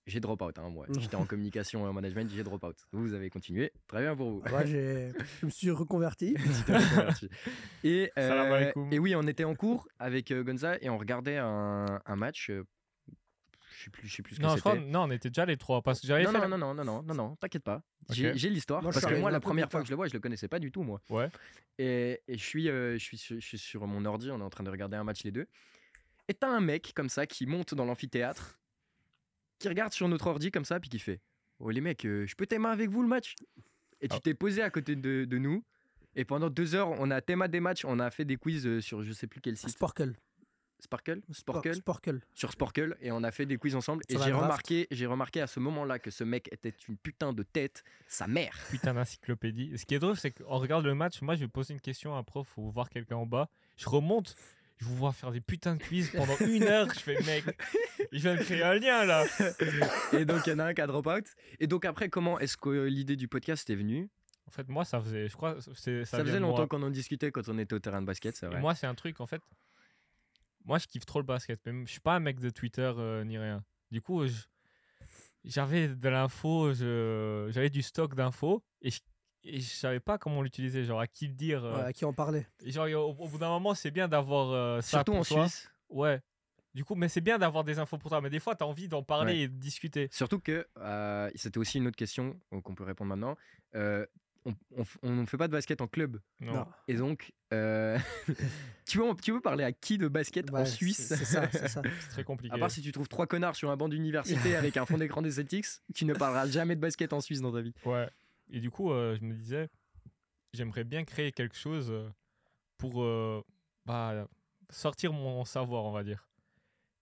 A: j'ai drop out, hein, moi. J'étais en communication et en management, j'ai drop out. Vous, vous avez continué. Très bien pour vous.
B: Moi, j'ai- je me suis reconverti.
A: et, euh,
C: Salam alaikum.
A: et oui, on était en cours avec euh, Gonza et on regardait un, un match. euh, je sais plus, je sais plus ce
C: non,
A: que
C: je crois,
A: c'était.
C: non, on était déjà les trois, parce que j'avais
A: Non
C: fait.
A: non,
C: la-
A: non, non, non, non, non, non, t'inquiète pas. J'ai
C: Ok.
A: j'ai l'histoire.
B: Moi, je
A: parce
B: suis
A: que moi,
B: arrivé un
A: la
B: peu plus
A: première fois
B: tard.
A: que je le vois, je le connaissais pas du tout, moi.
C: Ouais.
A: Et, et je, suis, euh, je, suis, sur- je suis sur mon ordi, on est en train de regarder un match les deux. Et t'as un mec comme ça qui monte dans l'amphithéâtre, qui regarde sur notre ordi comme ça, puis qui fait Oh les mecs, euh, je peux t'aimer avec vous le match Et tu
C: Ah.
A: t'es posé à côté de, de nous. Et pendant deux heures, on a théma des matchs, on a fait des quiz euh, sur je sais plus quel site.
B: Sporkle.
A: Sparkle Sporkle
B: Sporkle.
A: Sur Sporkle. Et on a fait des quiz ensemble.
B: Sur
A: et
B: la
A: j'ai
B: draft.
A: remarqué, j'ai remarqué à ce moment-là que ce mec était une putain de tête, sa mère.
C: Putain d'encyclopédie. Ce qui est drôle, c'est qu'on regarde le match. Moi, je vais poser une question à un prof ou voir quelqu'un en bas. Je remonte. Je vous vois faire des putains de quiz pendant une heure. Je fais, mec, il vient de créer un lien là.
A: Et donc, il y en a un qui a drop out. Et donc, après, comment est-ce que euh, l'idée du podcast est venue
C: En fait, moi, ça faisait, je crois, c'est-
A: Ça,
C: vient
A: faisait
C: de moi.
A: longtemps qu'on en discutait quand on était au terrain de basket, c'est
C: Et
A: vrai.
C: moi, c'est un truc, en fait. Moi, je kiffe trop le basket. Même, je suis pas un mec de Twitter euh, ni rien. Du coup, je- j'avais de l'info, je- j'avais du stock d'infos et je, et je savais pas comment l'utiliser, genre à qui le dire. euh.
B: Ouais, à qui on parlait
C: Et genre, au, au bout d'un moment, c'est bien d'avoir euh, ça.
A: Surtout
C: pour
A: en
C: soi.
A: Suisse.
C: Ouais. Du coup, mais c'est bien d'avoir des infos pour toi. Mais des fois, t'as envie d'en parler
A: Ouais.
C: et de discuter.
A: Surtout que euh, c'était aussi une autre question euh, qu'on peut répondre maintenant. Euh, on- on f- on ne fait pas de basket en club.
C: Non.
A: Et donc, euh, tu, veux, tu veux parler à qui de basket
B: Ouais,
A: en
B: Bah, c'est-
A: Suisse
B: C'est ça, c'est ça.
C: C'est très compliqué.
A: À part si tu trouves trois connards sur un banc d'université avec un fond d'écran des Celtics, tu ne parleras jamais de basket en Suisse dans ta vie.
C: Ouais. Et du coup, euh, je me disais, j'aimerais bien créer quelque chose euh, pour euh, bah, sortir mon savoir, on va dire.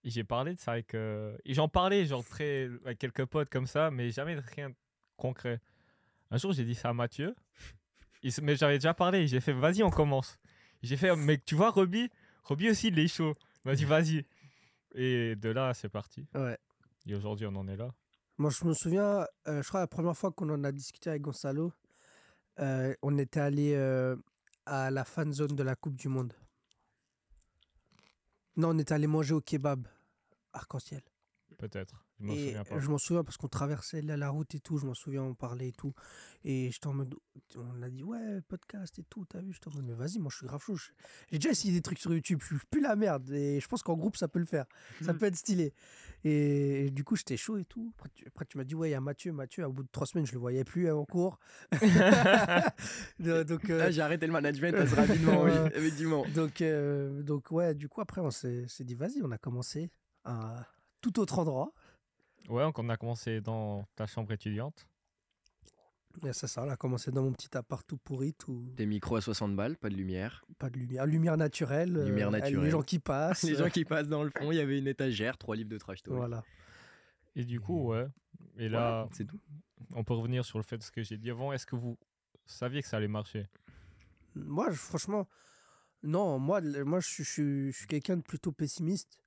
C: Et j'ai parlé de ça avec. euh, et j'en parlais, genre, très, avec quelques potes comme ça, mais jamais de rien de concret. Un jour, j'ai dit ça à Mathieu. Il se- mais j'avais déjà parlé. J'ai fait, vas-y, on commence. J'ai fait, mais tu vois, Roby, Roby aussi, il est chaud. Vas-y, vas-y. Et de là, c'est parti.
B: Ouais.
C: Et aujourd'hui, on en est là.
B: Moi, je me souviens, euh, je crois la première fois qu'on en a discuté avec Gonzalo, euh, on était allé euh, à la fan zone de la Coupe du Monde. Non, on était allé manger au kebab arc-en-ciel.
C: Peut-être. Je m'en
B: Et
C: souviens pas.
B: je m'en souviens parce qu'on traversait la, la route et tout, je m'en souviens, on parlait et tout. Et j'étais en mode, on a dit ouais, podcast et tout, t'as vu, j'étais en mode, mais vas-y, moi je suis grave chaud. je- J'ai déjà essayé des trucs sur YouTube, je suis plus la merde. Et je pense qu'en groupe, ça peut le faire,
C: Hmm.
B: ça peut être stylé. Et, du coup, j'étais chaud et tout. Après, tu, après, tu m'as dit ouais, il y a Mathieu, Mathieu, au bout de trois semaines, je le voyais plus hein, en cours. Donc, euh,
C: Ah,
A: Là, j'ai arrêté le management assez rapidement, oui,
B: Ouais.
A: effectivement.
B: donc, euh, donc ouais, du coup, après, on s'est s'est dit vas-y, on a commencé à tout autre endroit.
C: Ouais, donc on a commencé dans ta chambre étudiante.
B: Et c'est ça, on a commencé dans mon petit appart tout pourri, tout.
A: Des micros à 60 balles, pas de lumière.
B: pas de lumière, lumière naturelle, euh,
A: Lumière
B: les
A: naturelle.
B: gens qui passent,
A: Les gens
B: euh,
A: qui passent dans le fond, il y avait une étagère, trois livres de trash talk.
B: voilà.
C: Et du coup, ouais. Et là,
A: Voilà, c'est tout.
C: on peut revenir sur le fait de ce que j'ai dit avant. Est-ce que vous saviez que ça allait marcher
B: Moi, je- franchement, non, moi, le- moi, je, suis- je suis- je suis quelqu'un de plutôt pessimiste.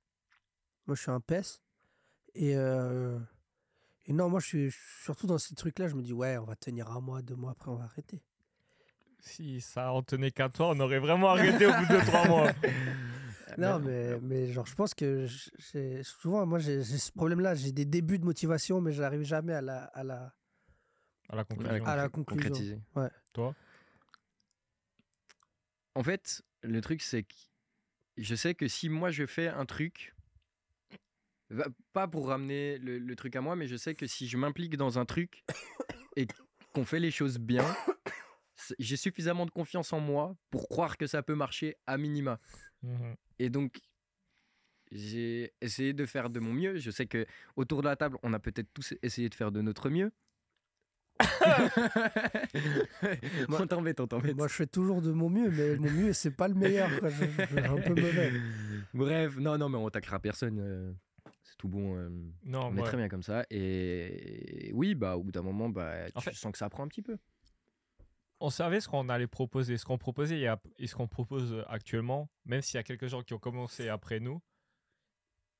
B: Moi, je suis un pes. Et, euh, et non, moi, je suis je suis surtout dans ces trucs-là, je me dis ouais, on va tenir un mois, deux mois après, on va arrêter.
C: Si ça en tenait qu'à toi, on aurait vraiment arrêté au bout de trois mois.
A: Ah,
B: Non, mais, mais genre, je pense que j- j'ai- souvent, moi, j'ai j'ai ce problème-là, j'ai des débuts de motivation, mais j'arrive jamais à la, à la,
C: À la conclusion.
B: à la
A: Concré-
B: conclusion.
A: concrétiser.
B: Ouais.
C: Toi
A: En fait, le truc, c'est que je sais que si moi je fais un truc, va- pas pour ramener le, le truc à moi, mais je sais que si je m'implique dans un truc et qu'on fait les choses bien, c'est- j'ai suffisamment de confiance en moi pour croire que ça peut marcher à minima.
C: Mhm.
A: Et donc, j'ai essayé de faire de mon mieux. Je sais que autour de la table, on a peut-être tous essayé de faire de notre mieux. on t'embête, on t'embête.
B: Moi, je fais toujours de mon mieux, mais mon mieux, c'est pas le meilleur. quoi. Je- je- je suis un peu mauvais.
A: Bref, non, non, mais on attaquera personne. euh, C'est tout bon. euh,
C: Non,
A: on est
C: ouais.
A: très bien comme ça. Et oui, bah, au bout d'un moment, bah, tu
C: En fait-
A: sens que ça prend un petit peu.
C: on savait ce qu'on allait proposer, ce qu'on proposait il y a- et ce qu'on propose actuellement, même s'il y a quelques gens qui ont commencé après nous.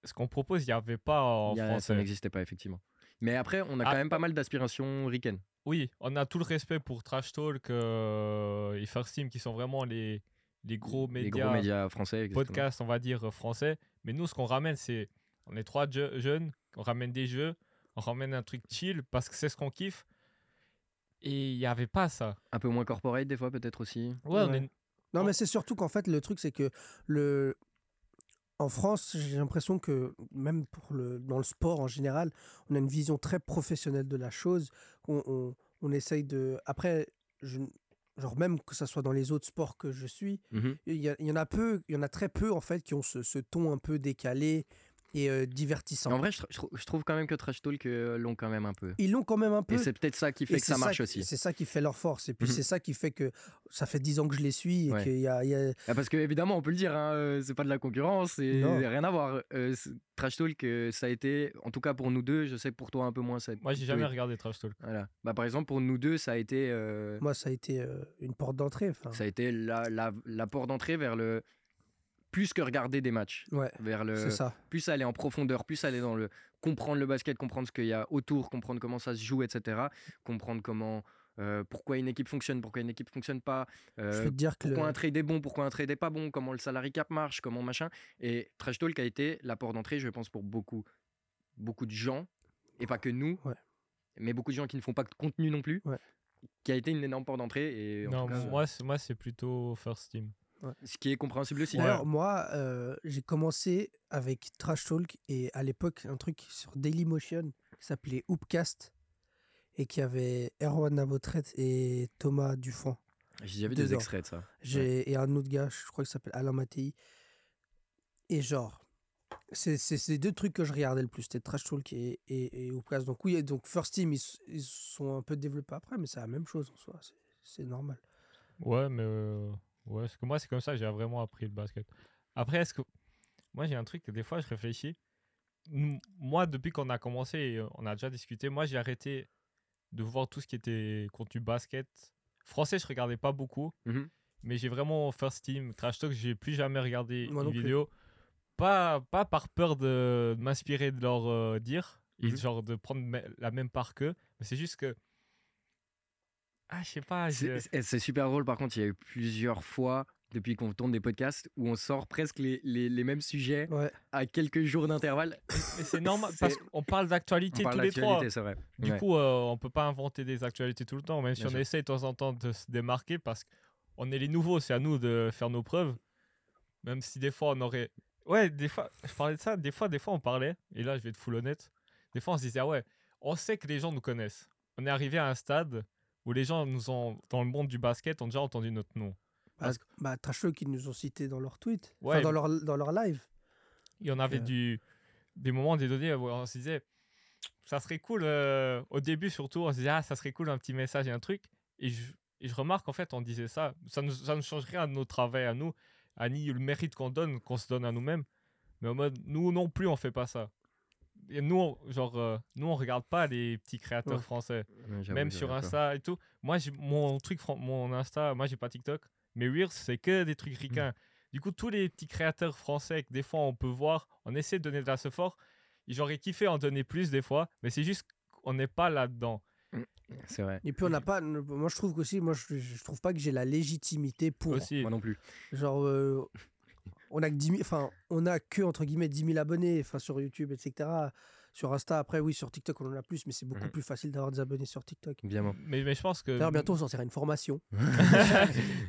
C: Ce qu'on propose, il n'y avait pas en
A: Il y a- ça
C: français.
A: n'existait pas, effectivement. Mais après, on a
C: Ah.
A: quand même pas mal d'aspirations ricaines.
C: Oui, on a tout le respect pour Trash Talk euh, et First Team qui sont vraiment les, les gros
A: Les
C: médias,
A: gros médias français. exactement.
C: podcasts, on va dire, euh, français. Mais nous, ce qu'on ramène, c'est. On est trois je- jeunes, on ramène des jeux, on ramène un truc chill parce que c'est ce qu'on kiffe. Et il n'y avait pas ça.
A: Un peu moins corporate, des fois, peut-être aussi.
C: Ouais, on
B: Ouais.
C: est-
B: Non,
C: Oh.
B: mais c'est surtout qu'en fait, le truc, c'est que le... en France, j'ai l'impression que même pour le... dans le sport en général, on a une vision très professionnelle de la chose. On, on- on essaye de. Après, je- genre, même que ça soit dans les autres sports que je suis,
C: Mm-hmm.
A: Mhm.
B: il y, a- il y en a peu, il y en a très peu, en fait, qui ont ce, ce ton un peu décalé et euh,
A: En
B: divertissant.
A: vrai, je, tr- je trou- je trouve quand même que Trash Talk euh, l'ont quand même un peu.
B: Ils l'ont quand même un peu.
A: Et c'est peut-être ça qui fait
B: Et
A: que
B: c'est
A: ça marche
B: qui-
A: aussi.
B: C'est ça qui fait leur force. Et puis
A: Mhm.
B: c'est ça qui fait que ça fait 10 ans que je les suis. Et
A: Ouais.
B: qu'il y a- il y a-
A: Ah, parce que évidemment, on peut le dire, hein, euh, c'est pas de la concurrence et
B: Non.
A: rien à voir. Euh, c'est- Trash Talk, euh, ça a été, en tout cas pour nous deux, je sais que pour toi un peu moins. Ça a
C: Moi, j'ai
A: plutôt
C: jamais
A: été-
C: regardé Trash Talk.
A: Voilà. Bah, par exemple, pour nous deux, ça a été, euh,
B: Moi, ça a été euh, une porte d'entrée. enfin.
A: ça a été la, la, la porte d'entrée vers le plus que regarder des matchs,
B: Ouais,
A: vers le
B: c'est ça.
A: plus aller en profondeur, plus aller dans le comprendre le basket, comprendre ce qu'il y a autour, comprendre comment ça se joue, etc. Comprendre comment, euh, pourquoi une équipe fonctionne, pourquoi une équipe fonctionne pas.
B: je
A: euh,
B: peux te dire que le-
A: pourquoi un trade est bon, pourquoi un trade est pas bon, comment le salary cap marche, comment machin. Et Trash Talk a été la porte d'entrée, je pense, pour beaucoup, beaucoup de gens, et pas que nous,
B: Ouais.
A: mais beaucoup de gens qui ne font pas de contenu non plus,
B: Ouais.
A: qui a été une énorme porte d'entrée, et en
C: Non,
A: tout cas, euh,
C: moi, c'est- moi, c'est plutôt First Team.
A: ce qui est compréhensible aussi.
B: D'ailleurs, moi, euh, j'ai commencé avec Trash Talk et à l'époque, un truc sur Dailymotion qui s'appelait Hoopcast et qui avait Erwan Nabotret et Thomas Dufont.
A: J'y avais
B: des
A: des
B: dedans.
A: extraits de ça.
B: J'ai et un autre gars, je crois qu'il s'appelle Alain Mattei. Et genre, c'est c'est ces deux trucs que je regardais le plus, c'était Trash Talk et, et, et Hoopcast. Donc oui, donc First Team, ils, s- ils sont un peu développés après, mais c'est la même chose en soi, c'est- c'est normal.
C: Ouais, mais euh, ouais, parce que moi, c'est comme ça que j'ai vraiment appris le basket. Après, est-ce que. Moi, j'ai un truc que des fois, je réfléchis. M- Moi, depuis qu'on a commencé, et, euh, on a déjà discuté, moi, j'ai arrêté de voir tout ce qui était contenu basket. Français, je regardais pas beaucoup,
B: Mm-hmm.
A: Mhm.
C: mais j'ai vraiment First Team, Trash Talk, j'ai plus jamais regardé
B: Moi
C: une
B: non plus.
C: vidéo. Pas, pas par peur de, de m'inspirer de leur euh, dire, et
B: Mm-hmm.
A: Mhm.
C: genre de prendre me- la même part qu'eux, mais c'est juste que. Ah, je sais pas. je-
A: C'est- C'est c'est super drôle, par contre, il y a eu plusieurs fois depuis qu'on tourne des podcasts où on sort presque les, les- les mêmes sujets
B: Ouais.
A: à quelques jours d'intervalle.
C: Mais c'est normal parce
A: C'est-
C: qu'on parle d'actualité
A: On parle
C: tous les trois.
A: d'actualité, c'est vrai.
C: Du
A: Ouais.
C: coup, euh, on peut pas inventer des actualités tout le temps, même si
A: Bien
C: on
A: sûr.
C: essaye de temps en temps de se démarquer parce qu'on est les nouveaux, c'est à nous de faire nos preuves. Même si des fois on aurait. Ouais, des fois, je parlais de ça, des fois, des fois on parlait, et là je vais être full honnête. Des fois on se disait, ah ouais, on sait que les gens nous connaissent. On est arrivé à un stade où les gens nous ont, dans le monde du basket, ont déjà entendu notre nom.
B: Bah,
C: Parce
B: bah, Trash Talk, ils nous ont cité dans leur tweet, enfin,
C: Ouais,
B: dans, leur, dans leur live.
C: Il y en avait
B: euh,
C: du, des moments, des données où on se disait, ça serait cool, euh, au début surtout, on se disait, ah, ça serait cool un petit message et un truc. Et je, et je remarque, en fait, on disait ça. Ça ne ça ne change rien à nos travail, à nous, à ni le mérite qu'on donne, qu'on se donne à nous-mêmes. Mais en mode, nous non plus, on fait pas ça. Et nous, on, genre, euh, nous, on regarde pas les petits créateurs
B: Ouais.
C: français,
A: Ouais, j'avoue, j'aurais
C: même sur
A: peur.
C: Insta et tout. Moi, j'ai- mon truc, fran- mon Insta, moi, j'ai pas TikTok, mais Reels, c'est que des
A: Hmm.
C: trucs ricains. Du coup, tous les petits créateurs français que des fois on peut voir, on essaie de donner de la ce fort. J'aurais kiffé en donner plus des fois, mais c'est juste qu'on n'est pas là-dedans.
A: C'est vrai.
B: Et puis on n'a pas, moi je trouve aussi, moi je, je trouve pas que j'ai la légitimité pour.
C: Aussi,
A: Moi non plus.
B: Genre, euh, on a que 10 000 enfin, on a que entre guillemets 10 000 abonnés, enfin sur YouTube, etc. Sur Insta, après oui, sur TikTok on en a plus, mais c'est beaucoup
A: Mhm. Euh,
B: plus facile d'avoir des abonnés sur TikTok.
A: Évidemment.
C: mais, mais je pense que
B: D'ailleurs, bientôt on sortira une formation.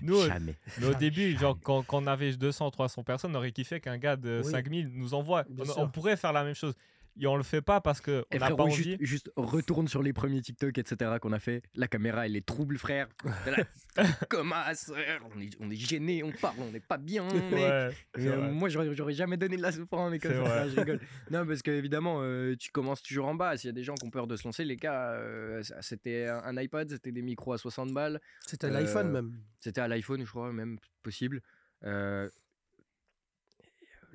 C: nous, euh,
A: Jamais.
C: mais au début, genre, quand, quand on avait 200, 300 personnes, on aurait kiffé qu'un gars de
B: Oui.
C: 5000 nous envoie.
B: Bien
C: On,
B: sûr.
C: on pourrait faire la même chose. Et on le fait pas parce qu'on
A: Et Eh
C: n'a pas
A: ben, frérot,
C: envie.
A: juste, juste retourne sur les premiers TikTok, etc. qu'on a fait. La caméra, elle est trouble, frère. Elle a- Comme un frère. On est, on est gêné, on parle, on n'est pas bien. on est-
C: Ouais, c'est
A: Et, euh,
C: vrai.
A: moi, j'aurais, j'aurais jamais donné de la soupe à un mec comme ça.
C: C'est vrai.
A: Non, je rigole. Non, parce que évidemment, euh, tu commences toujours en bas. S'il y a des gens qui ont peur de se lancer, les gars, euh, ça- c'était un, un iPad, c'était des micros à 60 balles.
B: C'était à
A: Euh,
B: l'iPhone même.
A: C'était à l'iPhone, je crois, même possible. Euh,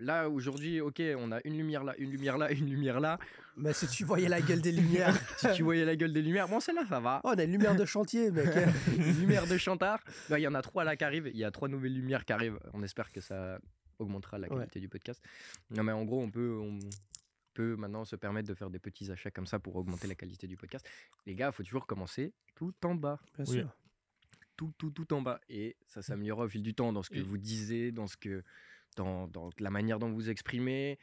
A: Là aujourd'hui, ok, on a une lumière là, une lumière là, une lumière là.
B: Mais si tu voyais la gueule des lumières.
A: Si tu voyais la gueule des lumières, bon celle-là ça va.
B: Oh, on a une lumière de chantier, mec. hein.
A: lumière de Chantard. Non, Il y en a trois là qui arrivent. Il y a trois nouvelles lumières qui arrivent. On espère que ça augmentera la
B: Ouais.
A: qualité du podcast. Non, mais en gros, on peut, on peut maintenant se permettre de faire des petits achats comme ça pour augmenter la qualité du podcast. Les gars, il faut toujours commencer tout en bas.
B: Bien
C: Oui.
B: sûr.
A: Tout, tout, tout en bas. Et ça s'améliorera au fil du temps dans ce que
C: Et-
A: vous disiez, dans, ce que, dans, dans la manière dont vous vous exprimez.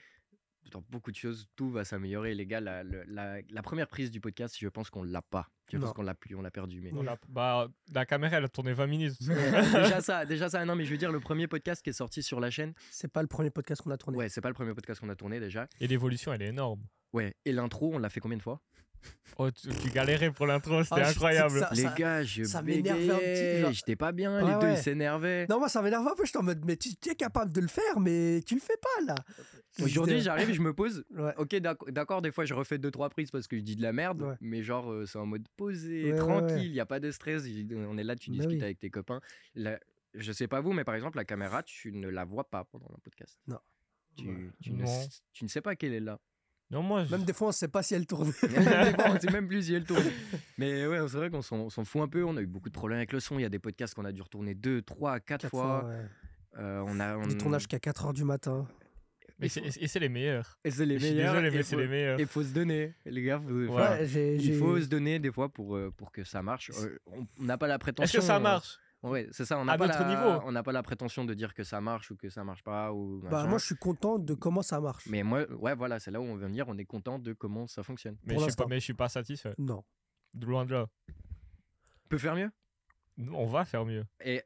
A: Dans beaucoup de choses, tout va s'améliorer. Les gars, la, le- la- la première prise du podcast, je pense qu'on l'a pas. Je
B: Non.
A: pense qu'on l'a plus, on l'a perdu. Mais
C: On l'a- bah, la caméra, elle a tourné 20 minutes.
A: déjà ça, déjà ça. Non, mais je veux dire le premier podcast qui est sorti sur la chaîne.
B: C'est pas le premier podcast qu'on a tourné.
A: Ouais, c'est pas le premier podcast qu'on a tourné déjà.
C: Et l'évolution, elle est énorme.
A: Ouais. Et l'intro, on l'a fait combien de fois
C: Oh, tu, tu galérais pour l'intro, c'était
B: Ah, je-
C: incroyable.
B: ça-
A: Les gars, je
B: ça m'énervait un petit peu,
A: bégayais,
B: genre-
A: j'étais pas bien,
B: Ouais,
A: les deux
B: ouais.
A: ils s'énervaient.
B: Non, moi, ça m'énerve un peu. J'étais en mode, mais tu, tu es capable de le faire, mais tu le fais pas, là.
A: Aujourd'hui,
B: J'étais-
A: j'arrive, je me pose.
B: Ouais.
A: Ok, d'ac- d'accord, des fois je refais deux trois prises parce que je dis de la merde,
B: Ouais.
A: mais genre euh, c'est en mode posé,
B: Ouais, ouais,
A: tranquille,
B: ouais.
A: il n'y a pas de stress, il- on est là, tu
B: Bah
A: discutes
B: oui.
A: avec tes copains. La- je sais pas vous, mais par exemple, la caméra, tu ne la vois pas pendant un podcast.
B: Non.
A: Tu,
B: Ouais.
A: tu ne,
C: Non.
A: s- tu ne sais pas qu'elle est là.
C: Non, moi, je-
B: Même des fois, on sait pas si elle tourne.
A: on sait même plus si elle tourne. Mais ouais, c'est vrai qu'on s'en on s'en fout un peu. On a eu beaucoup de problèmes avec le son. Il y a des podcasts qu'on a dû retourner deux, trois, quatre,
B: Quatre
A: fois.
B: ouais.
A: Euh, on a, on...
B: Des tournages qu'à 4h du matin.
C: mais c'est- et c'est les meilleurs.
A: Et c'est les
C: Je suis
A: meilleurs.
C: désolé,
A: et
C: mais c'est
A: faut-
C: les meilleurs.
A: Et faut se donner, les gars. faut-
C: Ouais.
A: enfin,
C: Voilà.
B: j'ai-
A: Il
B: j'ai-
A: faut se donner des fois pour, euh, pour que ça marche. Euh, on on n'a pas la
C: Est-ce
A: prétention.
C: que ça
A: euh,
C: marche
A: Ouais, c'est ça. On n'a
C: À
A: pas
C: notre
A: la-
C: niveau.
A: On n'a pas la prétention de dire que ça marche ou que ça marche pas ou.
B: Bah,
A: machin.
B: moi, je suis content de comment ça marche.
A: Mais moi, ouais, voilà, c'est là où on veut venir. On est content de comment ça fonctionne.
C: mais
B: pour
C: je, suis pas,
B: l'instant.
C: mais je suis pas satisfait.
B: Non.
C: De loin de là.
A: On peut faire mieux.
C: On va faire mieux.
A: Et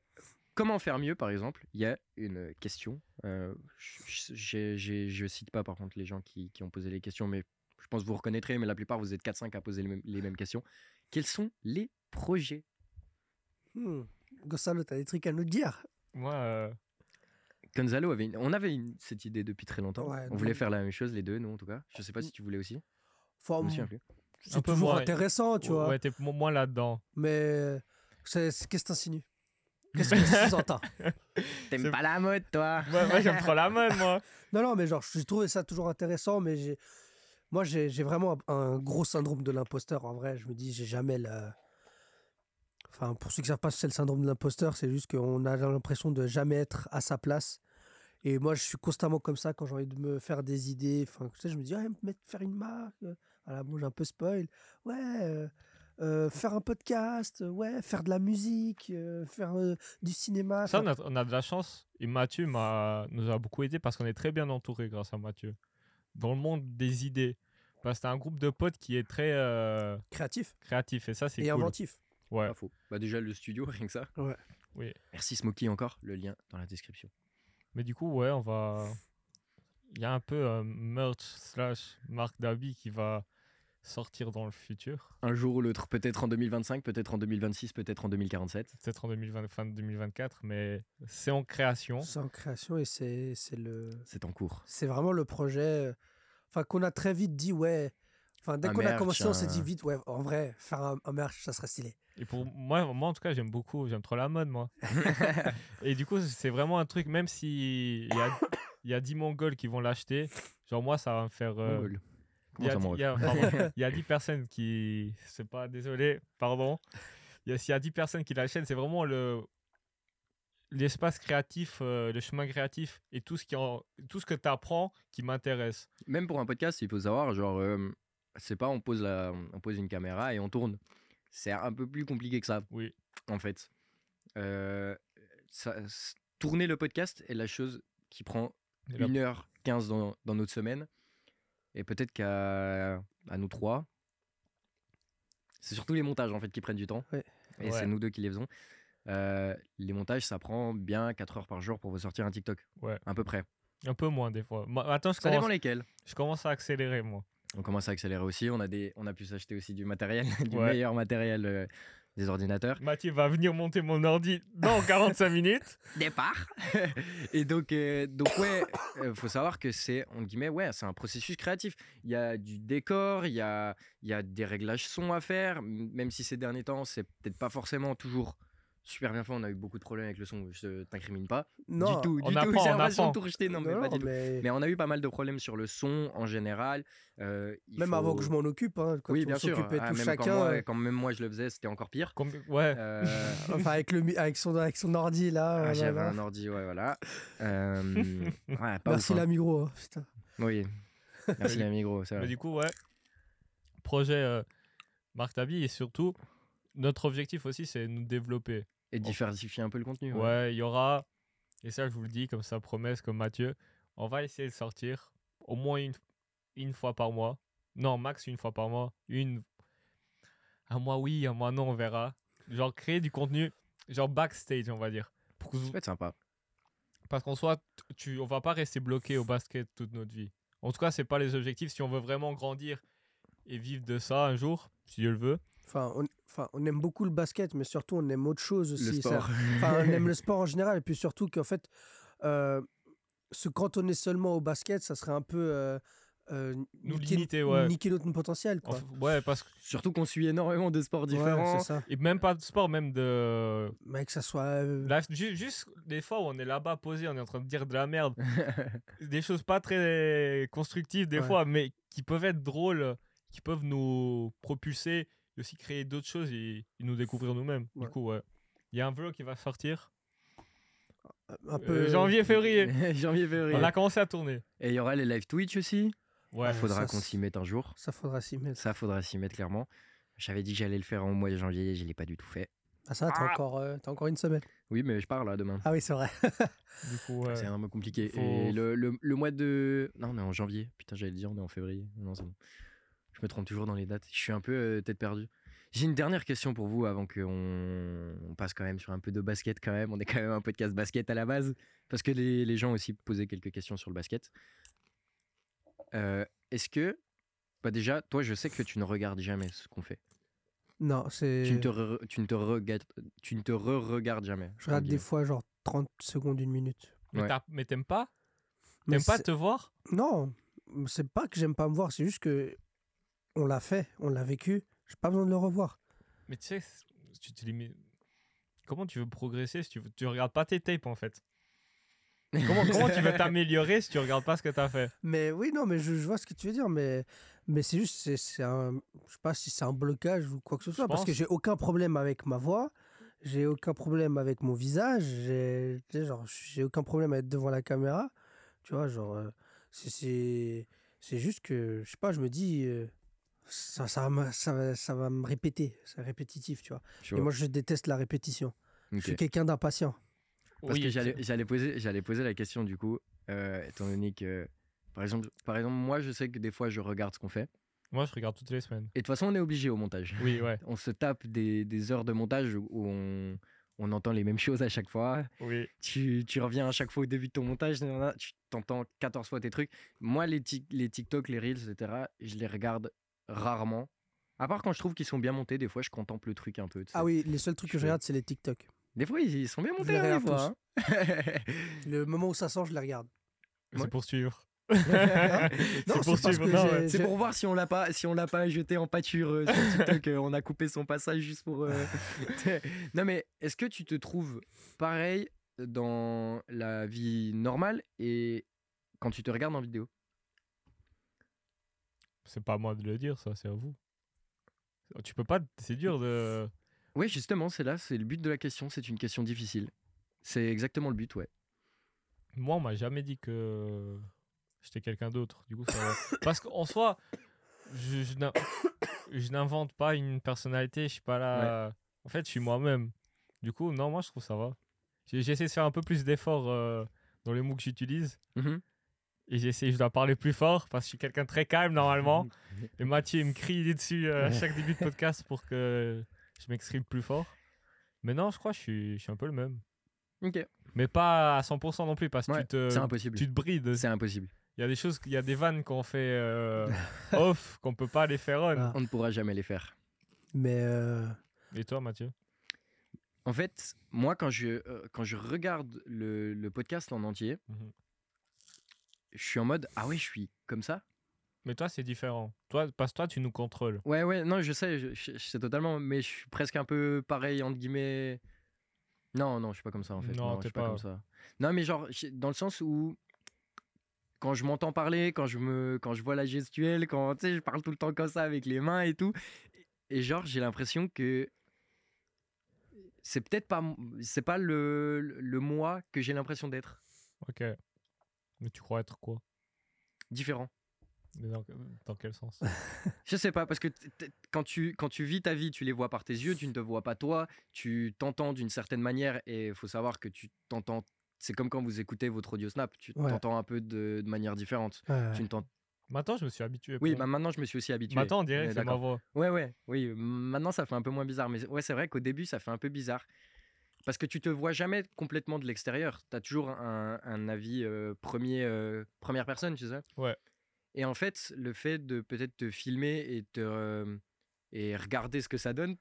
A: comment faire mieux, par exemple Il y a une question. euh, je- je- j'ai- je ne cite pas, par contre, les gens qui, qui ont posé les questions, mais je pense que vous reconnaîtrez, mais la plupart, vous êtes 4-5 à poser les mêmes, les mêmes questions. Quels sont les projets
B: Hmm. Gonzalo, t'as des trucs à nous dire
C: Moi, euh,
A: Gonzalo avait une- on avait une- cette idée depuis très longtemps.
B: Ouais, Mm.
A: on voulait
B: donc-
A: faire la même chose, les deux, nous, en tout cas. Je ne sais pas si tu voulais aussi.
B: Enfin,
A: Je me souviens plus.
C: Un
B: C'est
C: peu
B: toujours
C: moins.
B: intéressant, tu vois.
C: ouais, t'es mo- moins là-dedans.
B: Mais euh, c'est- c'est- qu'est-ce que t'insinues Qu'est-ce que tu sous-entends
A: T'aimes
C: C'est-
A: pas la mode, toi
C: Moi, moi, j'aime trop la mode, moi.
B: Non, non, mais genre, j'ai trouvé ça toujours intéressant, mais j'ai. Moi, j'ai j'ai vraiment un un gros syndrome de l'imposteur, en vrai. Je me dis, j'ai jamais la. Enfin, pour ceux qui savent pas, ce que c'est le syndrome de l'imposteur, c'est juste qu'on a l'impression de jamais être à sa place. Et moi, je suis constamment comme ça quand j'ai envie de me faire des idées. Enfin, tu sais, je me dis, ah, mettre- faire une marque. euh, Voilà, bon, j'ai un peu spoil. Ouais, euh, euh, faire un podcast. euh, Ouais, faire de la musique. euh, faire euh, du cinéma.
C: Ça,
B: Enfin,
C: on a, on a de la chance. Et Mathieu m'a- nous a beaucoup aidé parce qu'on est très bien entouré grâce à Mathieu. Dans le monde des idées. Parce que t'as un groupe de potes qui est très euh,
B: créatif
C: créatif. Et ça, c'est
B: et
C: cool.
B: inventif.
C: Ouais.
A: Pas faux. Bah, déjà, le studio, rien que ça.
B: Ouais.
C: Oui.
A: Merci, Smokey, encore. Le lien dans la description.
C: Mais du coup, ouais, on va. Il y a un peu un merch slash marque d'habits qui va sortir dans le futur.
A: Un jour ou l'autre, peut-être en 2025, peut-être en 2026, peut-être en 2047.
C: Peut-être en 2020, fin 2024, mais c'est en création.
B: C'est en création et c'est c'est le
A: C'est en cours.
B: c'est vraiment le projet euh, enfin qu'on a très vite dit ouais enfin dès
A: Un
B: qu'on a
A: merch,
B: commencé on s'est dit
A: un-
B: vite ouais en vrai faire un, un merch ça serait stylé
C: Et pour moi, moi en tout cas, j'aime beaucoup, j'aime trop la mode, moi. et du coup, c'est vraiment un truc, même si il y a, il y a 10 Mongols qui vont l'acheter, genre moi, ça va me faire. euh,
A: Mongol.
C: Il
A: Comment
C: y, a
A: ça,
C: dix-
A: mon
C: il y a- pardon, il y a 10 personnes qui. C'est pas, désolé, pardon. Il y a- S'il y a 10 personnes qui l'achètent, c'est vraiment le l'espace créatif, euh, le chemin créatif et tout ce, qui en- tout ce que tu apprends qui m'intéresse.
A: même pour un podcast, il faut savoir, genre, euh, c'est pas on pose, la, on pose une caméra et on tourne. C'est un peu plus compliqué que ça.
C: Oui.
A: En fait. Euh, ça- s- tourner le podcast est la chose qui prend
C: Et la-
A: 1h15 dans, dans notre semaine. Et peut-être qu'à à nous trois, c'est surtout les montages en fait qui prennent du temps.
B: Ouais.
A: Et
C: Ouais.
A: c'est nous deux qui les faisons. Euh, les montages, ça prend bien 4 heures par jour pour vous sortir un TikTok.
C: Ouais.
A: À peu près.
C: Un peu moins des fois. Ma- Attends, je
A: Ça dépend
C: commence,
A: lesquels.
C: je commence à accélérer, moi.
A: On commence à accélérer aussi. On a, des, on a pu s'acheter aussi du matériel, du
C: Ouais.
A: meilleur matériel euh, des ordinateurs.
C: Mathieu va venir monter mon ordi dans 45 minutes.
A: Départ Et donc, euh, donc ouais, euh, faut savoir que c'est, entre guillemets, ouais, c'est un processus créatif. Il y a du décor, il y a, il y a des réglages son à faire, m- même si ces derniers temps, c'est peut-être pas forcément toujours super bien fait. On a eu beaucoup de problèmes avec le son, je t'incrimine pas.
B: non
A: du tout,
C: on
A: du
C: apprend,
A: tout. J'ai
C: on
A: l'impression de
C: apprend.
A: tout rejeter. Non, mais
B: non,
A: pas du tout.
B: mais
A: Mais on a eu pas mal de problèmes sur le son en général. Euh, il
B: même avant
A: faut-
B: que je m'en occupe hein, quand
A: oui,
B: on
A: bien sûr.
B: s'occupait
A: Ah,
B: tout
A: même
B: chacun
A: quand, moi,
B: euh,
A: quand même moi je le faisais, c'était encore pire.
C: Combi- Ouais.
A: Euh,
B: enfin avec le mi- avec son avec son ordi là
A: ah,
B: oh là
A: J'avais
B: là.
A: un ordi, ouais, voilà. Euh, ouais, pas ouf,
B: merci
A: hein.
B: la Migros hein, putain.
A: Oui. Merci la Migros, c'est
C: Mais
A: vrai.
C: du coup, ouais. Projet euh, Marc Tabi et surtout, notre objectif aussi, c'est de nous développer.
A: Et diversifier un peu le contenu. ouais.
C: Ouais, il y aura, et ça je vous le dis comme ça, promesse, comme Mathieu, on va essayer de sortir au moins une, une fois par mois. Non, max une fois par mois. Une. Un mois oui, un mois non, on verra. Genre créer du contenu, genre backstage, on va dire. Pour que vous-
A: Ça peut être sympa.
C: parce qu'on soit, t- tu, on va pas rester bloqué au basket toute notre vie. En tout cas, c'est pas les objectifs. Si on veut vraiment grandir et vivre de ça un jour, si Dieu le veut.
B: Enfin, on, enfin, on aime beaucoup le basket, mais surtout, on aime autre chose aussi.
A: le
B: ça-
A: sport.
B: Enfin, on aime le sport en général, et puis surtout qu'en fait, euh, se cantonner seulement au basket, ça serait un peu. euh, euh,
C: Nous
B: niquer-
C: limiter, ouais.
B: Niquer notre potentiel, quoi.
C: Enfin, ouais, parce que.
A: Surtout qu'on suit énormément de sports
B: Ouais,
A: différents.
B: c'est ça.
C: Et même pas de sport, même de.
B: Mais que ça soit. euh,
C: Là, ju- juste des fois où on est là-bas posé, on est en train de dire de la merde. des choses pas très constructives des
B: Ouais.
C: fois, mais qui peuvent être drôles, qui peuvent nous propulser et aussi créer d'autres choses et, et nous découvrir nous-mêmes.
B: Ouais.
C: Du coup, ouais. Il y a un vlog qui va sortir.
B: un
C: euh,
B: peu.
C: janvier, février.
A: Janvier, février.
C: On a commencé à tourner.
A: Et il y aura les live Twitch aussi.
C: Ouais.
A: Il faudra
B: ça,
A: qu'on
B: c'est-
A: s'y mette un jour.
B: Ça faudra s'y mettre.
A: Ça, faudra s'y mettre clairement. J'avais dit que j'allais le faire en mois de janvier, je l'ai pas du tout fait.
B: Ah, ça, va, t'as
C: Ah.
B: encore, euh, t'as encore une semaine.
A: Oui, mais je pars là demain.
B: Ah oui, c'est vrai.
C: Du coup, ouais.
A: C'est un peu compliqué.
C: Faut-
A: Et le, le- le mois de. Non, on est en janvier. Putain, j'allais dire, on est en février. Non, c'est bon. Je me trompe toujours dans les dates. Je suis un peu euh, tête perdue. J'ai une dernière question pour vous avant qu'on on passe quand même sur un peu de basket quand même. On est quand même un podcast basket à la base. Parce que les, les gens aussi posaient quelques questions sur le basket. Euh, Est-ce que. Bah déjà, toi, je sais que tu ne regardes jamais ce qu'on fait.
B: Non, c'est.
A: Tu ne te, re- tu ne te regardes, tu ne te re-regardes jamais.
B: Je regarde
A: entre
B: des fois genre 30 secondes, une minute.
C: Mais
A: ouais.
C: t'as- mais t'aimes pas
B: Mais
C: T'aimes pas
B: c'est-
C: te voir
B: Non, c'est pas que j'aime pas me voir, c'est juste que on l'a fait, on l'a vécu. J'ai pas besoin de le revoir.
C: Mais tu sais, c'est- tu te limites. Comment tu veux progresser si tu, tu regardes pas tes tapes en fait
A: guillemets.
C: Comment, comment tu veux t'améliorer si tu regardes pas ce que t'as fait
B: Mais oui, non, mais je, je vois ce que tu veux dire, mais, mais c'est juste, c'est, c'est un, je sais pas si c'est un blocage ou quoi que ce soit, parce que
C: pense.
B: j'ai aucun problème avec ma voix, j'ai aucun problème avec mon visage, j'ai, tu sais, genre, j'ai aucun problème à être devant la caméra, tu vois, genre, euh, c'est, c'est, c'est juste que, je sais pas, je me dis, euh, ça, ça, va me- ça, va- ça va me répéter, c'est répétitif, tu vois.
A: Tu
B: Et
A: vois.
B: moi, je déteste la répétition. Je suis
A: Ok.
B: quelqu'un d'impatient.
A: Parce
C: Oui,
A: que
C: tu-
A: j'allais j'allais poser, j'allais poser la question du coup, euh, étant donné que, par exemple, par exemple, moi je sais que des fois je regarde ce qu'on fait.
C: Moi, je regarde toutes les semaines.
A: Et de toute façon, on est obligé au montage.
C: Oui, ouais.
A: On se tape des, des heures de montage où on, on entend les mêmes choses à chaque fois.
C: Oui.
A: Tu, tu reviens à chaque fois au début de ton montage, nanana, tu t'entends 14 fois tes trucs. Moi, les, tic- les TikTok, les Reels, etc., je les regarde rarement. À part quand je trouve qu'ils sont bien montés, des fois je contemple le truc un peu. tu sais.
B: Ah oui, les seuls trucs que
A: Je
B: je
A: fais-
B: regarde, c'est les TikTok.
A: Des fois, ils, ils sont bien montés,
B: les
A: hein, des fois.
B: regarde
A: hein.
B: Le moment où ça sort, je les regarde.
A: Ouais.
C: C'est poursuivre.
A: Hein
B: Non,
C: c'est
B: c'est parce
C: poursuivre.
B: que
C: Non,
B: j'ai-
C: ouais.
A: C'est pour voir si on l'a pas, si on l'a pas jeté en pâture euh, sur TikTok. euh, on a coupé son passage juste pour. euh, non mais est-ce que tu te trouves pareil dans la vie normale et quand tu te regardes en vidéo
C: C'est pas à moi de le dire, ça, c'est à vous. Tu peux pas. C'est dur de.
A: Oui, justement, c'est là, c'est le but de la question. C'est une question difficile. C'est exactement le but, ouais.
C: Moi, on m'a jamais dit que j'étais quelqu'un d'autre. Du coup, ça va. Parce qu'en soi, je, je n'in- je n'invente pas une personnalité. Je suis pas là. En fait, je suis moi-même. Du coup, non, moi, je trouve ça va. J'ai- J'essaie de faire un peu plus d'efforts euh, dans les mots que j'utilise.
A: Mhm.
C: Et j'essaie, je dois parler plus fort parce que je suis quelqu'un de très calme normalement. Et Mathieu, il me crie dessus euh, à chaque début de podcast pour que je m'exprime plus fort. Mais non, je crois que je suis, je suis un peu le même.
A: Ok.
C: Mais pas à 100% non plus parce que
A: Ouais,
C: tu, te,
A: c'est impossible.
C: tu te brides.
A: C'est impossible.
C: Il y a des choses, il y a des vannes qu'on fait euh, off, qu'on peut pas les faire on.
B: Ah.
A: On ne pourra jamais les faire.
B: Mais euh,
C: Et toi, Mathieu
A: En fait, moi, quand je, euh, quand je regarde le, le podcast en entier,
C: Mhm.
A: je suis en mode Ah ouais, je suis comme ça
C: Mais toi, c'est différent. Toi, parce que toi, tu nous contrôles.
A: Ouais, ouais, non, je sais, je, je- je sais totalement, mais je suis presque un peu pareil, entre guillemets. Non, non, je suis pas comme ça, en fait.
C: Non,
A: Non, je
C: t'es
A: suis pas,
C: pas-
A: comme ça. Non, mais genre, je- dans le sens où, quand je m'entends parler, quand je, me, quand je vois la gestuelle, quand, tu sais, je parle tout le temps comme ça avec les mains et tout, et genre, j'ai l'impression que c'est peut-être pas, m- c'est pas le, le moi que j'ai l'impression d'être,
C: Ok. Mais tu crois être quoi
A: différent.
C: Mais dans, dans quel sens
A: Je sais pas, parce que t- t- quand tu, quand tu vis ta vie, tu les vois par tes yeux, tu ne te vois pas toi, tu t'entends d'une certaine manière et il faut savoir que tu t'entends. C'est comme quand vous écoutez votre audio snap, tu
B: Ouais.
A: t'entends un peu de, de manière différente.
B: ouais,
A: Tu ne t'en-
C: Maintenant, je me suis habitué.
A: oui,
C: pour-
A: bah maintenant je me suis aussi habitué.
C: Maintenant, on dirait
A: Ouais,
C: que c'est ma
A: d'accord. Ouais,
C: voix.
A: ouais, oui. euh, Maintenant ça fait un peu moins bizarre, mais ouais, c'est vrai qu'au début ça fait un peu bizarre. Parce que tu te vois jamais complètement de l'extérieur. Tu as toujours un, un avis euh, premier, euh, première personne, tu sais.
C: Ouais.
A: Et en fait, le fait de peut-être te filmer et, te, euh, et regarder ce que ça donne,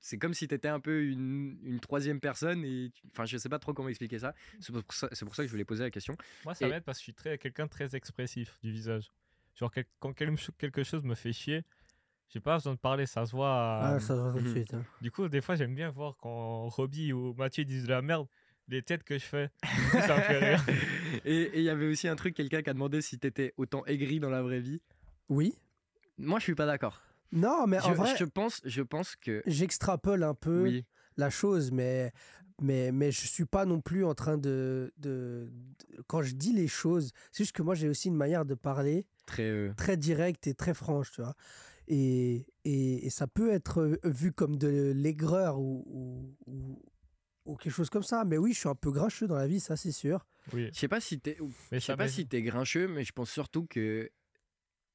A: c'est comme si tu étais un peu une, une troisième personne. Et, tu- enfin, je sais pas trop comment expliquer ça. C'est pour ça, c'est pour ça que je voulais poser la question.
C: Moi, ça
A: Et-
C: m'aide parce que je suis très, quelqu'un de très expressif du visage. Genre, quel- quand quel- quelque chose me fait chier, j'ai pas besoin de parler, ça se voit.
B: Ah,
C: euh,
B: ça se voit tout de
A: mhm.
B: suite. hein.
C: Du coup, des fois, j'aime bien voir quand Roby ou Mathieu disent de la merde, les têtes que je fais. Du coup, ça me fait rire.
A: Et et il y avait aussi un truc, quelqu'un qui a demandé si tu étais autant aigri dans la vraie vie.
B: Oui.
A: Moi, je suis pas d'accord.
B: Non, mais
A: Je,
B: Bah, en vrai,
A: je pense, je pense que.
B: j'extrapole un peu
A: Oui.
B: la chose, mais, mais, mais je suis pas non plus en train de, de- de- Quand je dis les choses, c'est juste que moi, j'ai aussi une manière de parler
A: Très. euh,
B: très directe et très franche, tu vois. Et, et, et ça peut être euh, vu comme de l'aigreur ou, ou, ou- ou quelque chose comme ça. Mais oui, je suis un peu grincheux dans la vie, ça, c'est sûr.
C: Oui,
A: Je sais pas si t'es. ou-
C: mais
A: Je sais
C: ça
A: pas
C: m'aide.
A: si t'es grincheux, mais je pense surtout que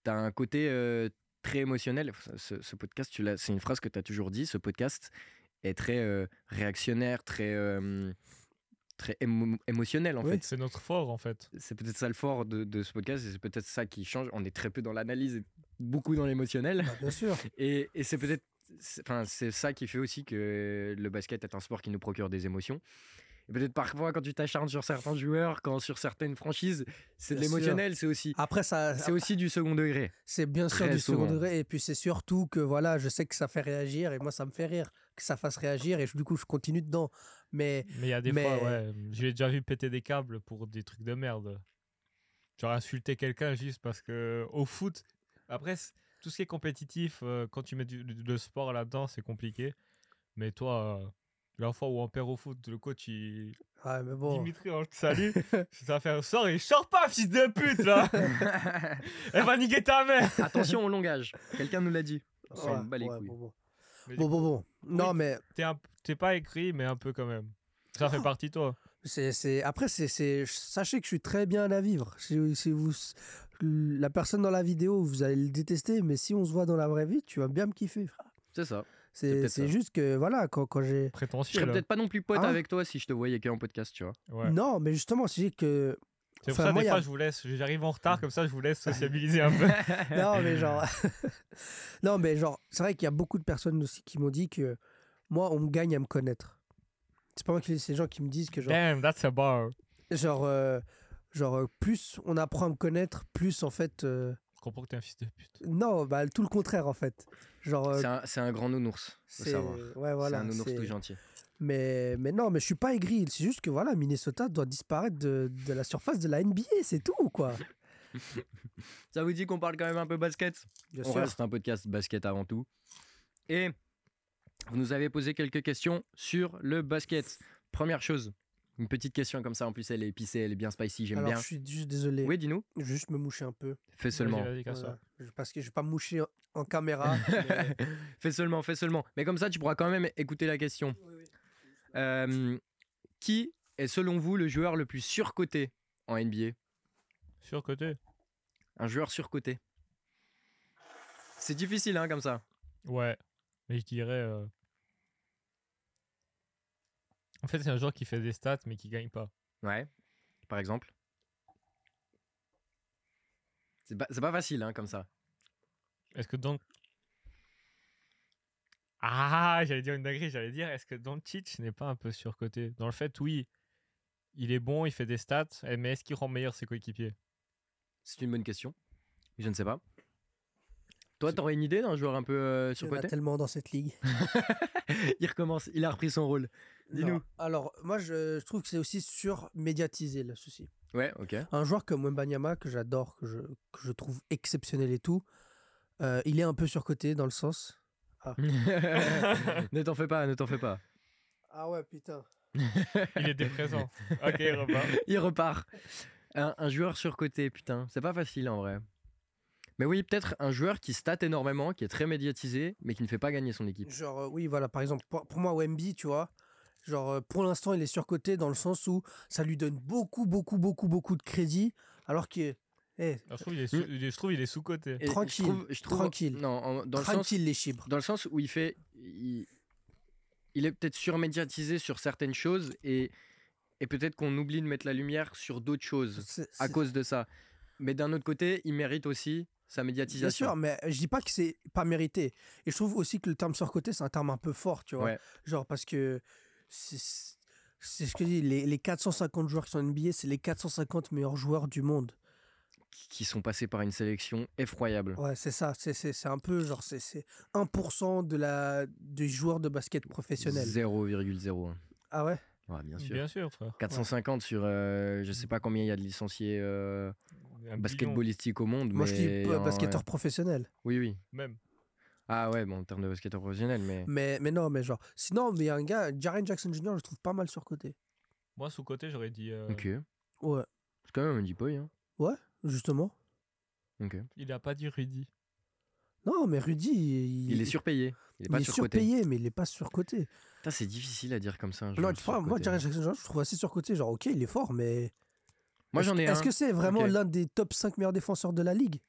A: t'as un côté euh, très émotionnel. Enfin, Ce, ce podcast, tu l'as- c'est une phrase que t'as toujours dit. Ce podcast est très euh, réactionnaire, très euh, très émo- émotionnel en
B: Oui.
A: fait.
C: C'est notre fort en fait.
A: C'est peut-être ça le fort de, de ce podcast et c'est peut-être ça qui change. On est très peu dans l'analyse et beaucoup dans l'émotionnel.
B: Bah, bien sûr.
A: Et, et c'est peut-être, c'est- enfin, c'est ça qui fait aussi que le basket est un sport qui nous procure des émotions. Et peut-être parfois, quand tu t'acharnes sur certains joueurs, quand sur certaines franchises, c'est de
B: Bien sûr.
A: l'émotionnel, c'est aussi,
B: Après, ça,
A: c'est aussi du second degré.
B: c'est bien sûr
A: Très
B: du second
A: souvent.
B: degré. Et puis, c'est surtout que, voilà, je sais que ça fait réagir et moi, ça me fait rire que ça fasse réagir. Et je- du coup, je continue dedans. Mais
C: Mais il y a des
B: Mais-
C: fois, ouais, j'ai déjà vu péter des câbles pour des trucs de merde. Genre insulter quelqu'un juste parce que au foot, après c- tout ce qui est compétitif, euh, quand tu mets du, du- le sport là-dedans, c'est compliqué. Mais toi, euh, la fois où on perd au foot, le coach il
B: Ouais, mais bon.
C: Dimitri, on te salue. ça va faire sort et sors pas, fils de pute là. Elle va niquer ta mère.
A: Attention au langage. Quelqu'un nous l'a dit. On
B: Ouais,
A: s'en bat les
B: ouais,
A: couilles.
B: bon, bon.
C: Mais
B: Bon, bon, bon. Non,
C: Oui.
B: mais
C: T'es un- t'es pas écrit, mais un peu quand même. Ça fait partie de toi.
B: c'est, c'est... après, c'est, c'est... sachez que je suis très bien à vivre. Si, si vous... La personne dans la vidéo, vous allez le détester, mais si on se voit dans la vraie vie, tu vas bien me kiffer, frère.
A: C'est ça. C'est
B: C'est,
A: peut-être
B: c'est
A: ça.
B: juste que, voilà, quand, quand j'ai.
A: Je
C: Prétentieux
A: serais
C: là.
A: peut-être pas non plus pote
B: Ah.
A: avec toi si je te voyais qu'en podcast, tu vois.
C: Ouais.
B: Non, mais justement, c'est que.
C: C'est
B: Enfin,
C: pour ça,
B: moi,
C: des
B: y a-
C: fois, je vous laisse. J'arrive en retard, comme ça, je vous laisse sociabiliser un peu.
B: non, mais genre. non, mais genre, c'est vrai qu'il y a beaucoup de personnes aussi qui m'ont dit que moi, on me gagne à me connaître. C'est pas moi qui c'est les gens qui me disent que genre.
C: Damn, that's a bar.
A: Ben.
B: Genre, euh, genre euh, plus on apprend à me connaître, plus en fait. euh,
C: Je comprends que t'es un fils de pute.
B: Non, bah, tout le contraire en fait. Genre, euh,
A: C'est un, c'est un grand nounours, faut
B: c'est
A: savoir.
B: ouais, voilà,
A: c'est un nounours
B: c'est-
A: tout gentil.
B: Mais, mais non, mais je suis pas aigri. C'est juste que voilà, Minnesota doit disparaître de, de la surface de la NBA, c'est tout quoi.
A: Ça vous dit qu'on parle quand même un peu basket
B: Bien
A: On
B: sûr.
A: reste un podcast basket avant tout. Et vous nous avez posé quelques questions sur le basket. Première chose, une petite question comme ça, en plus elle est épicée, elle est bien spicy, j'aime
B: Alors
A: bien.
B: je suis juste désolé.
A: Oui, dis-nous.
B: Je vais juste me moucher un peu.
A: Fais seulement.
C: Vas-y, vas-y, casse-toi.
B: Voilà. Je- Parce que je vais pas me moucher en, en caméra. mais-
A: Fais seulement, fais seulement. Mais comme ça, tu pourras quand même écouter la question. Euh, qui est selon vous le joueur le plus surcoté en NBA
C: Surcoté.
A: Un joueur surcoté. C'est difficile, hein, comme ça.
C: Ouais. Mais je dirais. euh, En fait, c'est un joueur qui fait des stats, mais qui gagne pas.
A: Ouais. Par exemple. C'est pas, c'est pas facile, hein, comme ça.
C: Est-ce que donc. Ah, j'allais dire une dinguerie, j'allais dire, est-ce que Doncic n'est pas un peu surcoté Dans le fait, oui, il est bon, il fait des stats, eh, mais est-ce qu'il rend meilleur ses coéquipiers
A: C'est une bonne question. Je ne sais pas. Toi,
C: C'est-
A: t'aurais une idée d'un joueur un peu euh,
B: Il y en a
A: surcoté
B: tellement dans cette ligue.
A: Il recommence, il a repris son rôle. Dis-nous.
B: Non. Alors, moi, je, je trouve que c'est aussi surmédiatisé le souci.
A: Ouais, ok.
B: Un joueur comme Wembanyama, que j'adore, que je, que je trouve exceptionnel et tout, euh, il est un peu surcoté dans le sens.
A: ne t'en fais pas, ne t'en fais pas.
B: Ah ouais, putain.
C: Il était présent. ok, Robin.
A: Il repart. Un, un joueur surcoté, putain. C'est pas facile en vrai. Mais oui, peut-être un joueur qui state énormément, qui est très médiatisé, mais qui ne fait pas gagner son équipe.
B: Genre, euh, oui, voilà, par exemple, pour, pour moi, Wemby, tu vois, genre, euh, pour l'instant, il est surcoté dans le sens où ça lui donne beaucoup, beaucoup, beaucoup, beaucoup de crédit, alors que, eh,
C: Alors, je trouve qu'il est sous- je trouve qu'il est sous-coté.
A: Et je
B: Tranquille,
A: trouve- je trouve-
B: tranquille.
A: Non, en- dans le sens-
B: tranquille les chibres.
A: dans le sens où il fait il, il est peut-être surmédiatisé sur certaines choses et et peut-être qu'on oublie de mettre la lumière sur d'autres choses
B: C'est-
A: à
B: c'est-
A: cause de ça Mais d'un autre côté, il mérite aussi sa médiatisation.
B: Bien sûr, mais euh, je dis pas que c'est pas mérité. Et je trouve aussi que le terme surcoté, c'est un terme un peu fort, tu vois.
A: Ouais.
B: Genre parce que c'est c'est ce que je dis, les, les 450 joueurs qui sont en NBA, c'est les 450 meilleurs joueurs du monde.
A: Qui sont passés par une sélection effroyable.
B: Ouais, c'est ça, c'est- c'est c'est un peu genre, c'est- c'est 1% de la, des joueurs de basket professionnels.
A: 0,01.
B: Ah ouais
A: Ouais, bien sûr.
C: Bien sûr, frère.
A: 450 sur euh, je sais pas combien il y a de licenciés euh,
C: Un billion,
A: basketballistiques au monde.
B: Moi je dis
A: mais
B: pas
A: en-
B: basketteur professionnel.
A: Oui, oui.
C: Même.
A: Ah ouais, bon, en termes de basketteur professionnel, mais.
B: Mais, mais non, mais genre, sinon, mais il y a un gars, Jaren Jackson Jr., je le trouve pas mal surcoté.
C: Moi, sous-côté, j'aurais dit. euh,
A: Ok. C'est
B: Ouais,
A: quand même un deep boy. Hein.
B: justement.
A: Ok.
C: Il a pas dit Rudy.
B: Non, mais Rudy, il,
A: Il est surpayé. Il est
B: il
A: pas
B: est
A: surcoté.
B: surpayé, mais il est pas surcoté.
A: Putain, c'est difficile à dire comme ça. un
B: Non,
A: joueur
B: tu vois, moi,
A: surcoté.
B: Jaren Jackson Jr., je le trouve assez surcoté. Genre, ok, il est fort, mais.
A: hein. Moi,
B: Est-ce
A: j'en ai
B: que- Est-ce
A: un.
B: que c'est vraiment
A: Ok.
B: l'un des top 5 meilleurs défenseurs de la ligue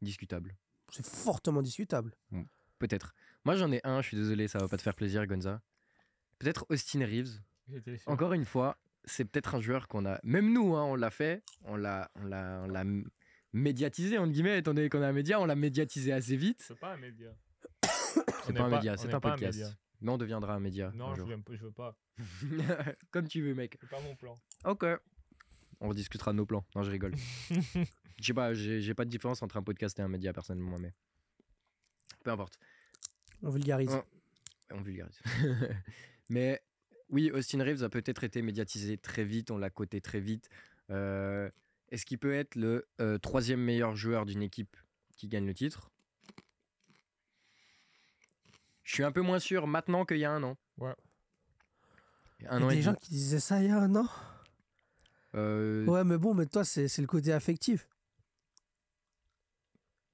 A: Discutable.
B: C'est fortement discutable.
A: Peut-être. Moi, j'en ai un. Je suis désolé, ça va pas te faire plaisir, Gonza. Peut-être Austin Reeves.
C: J'étais sûr.
A: Encore une fois, c'est peut-être un joueur qu'on a. Même nous, hein, on l'a fait. On l'a, on l'a, on l'a m- médiatisé entre guillemets. Étant donné qu'on est un média, on l'a médiatisé assez vite.
C: C'est pas un média.
A: C'est pas un média, c'est un podcast. Mais on deviendra un média. un
C: Non, je
A: jour.
C: veux, je veux pas.
A: Comme tu veux, mec.
C: C'est pas mon plan.
A: Ok. On rediscutera de nos plans. Non, je rigole. Je sais pas, j'ai j'ai pas de différence entre un podcast et un média personnellement, mais peu importe.
B: On vulgarise.
A: Ouais. on vulgarise. Mais oui, Austin Reeves a peut-être été médiatisé très vite, on l'a coté très vite. Euh, Est-ce qu'il peut être le euh, troisième meilleur joueur d'une équipe qui gagne le titre Je suis un peu moins sûr maintenant qu'il y a un an.
C: Ouais.
A: Un
B: Il y
A: an
B: a
A: et
B: des
A: demi.
B: gens qui disaient ça il y a un an.
A: Euh,
B: Ouais, mais bon, mais toi, c'est c'est le côté affectif.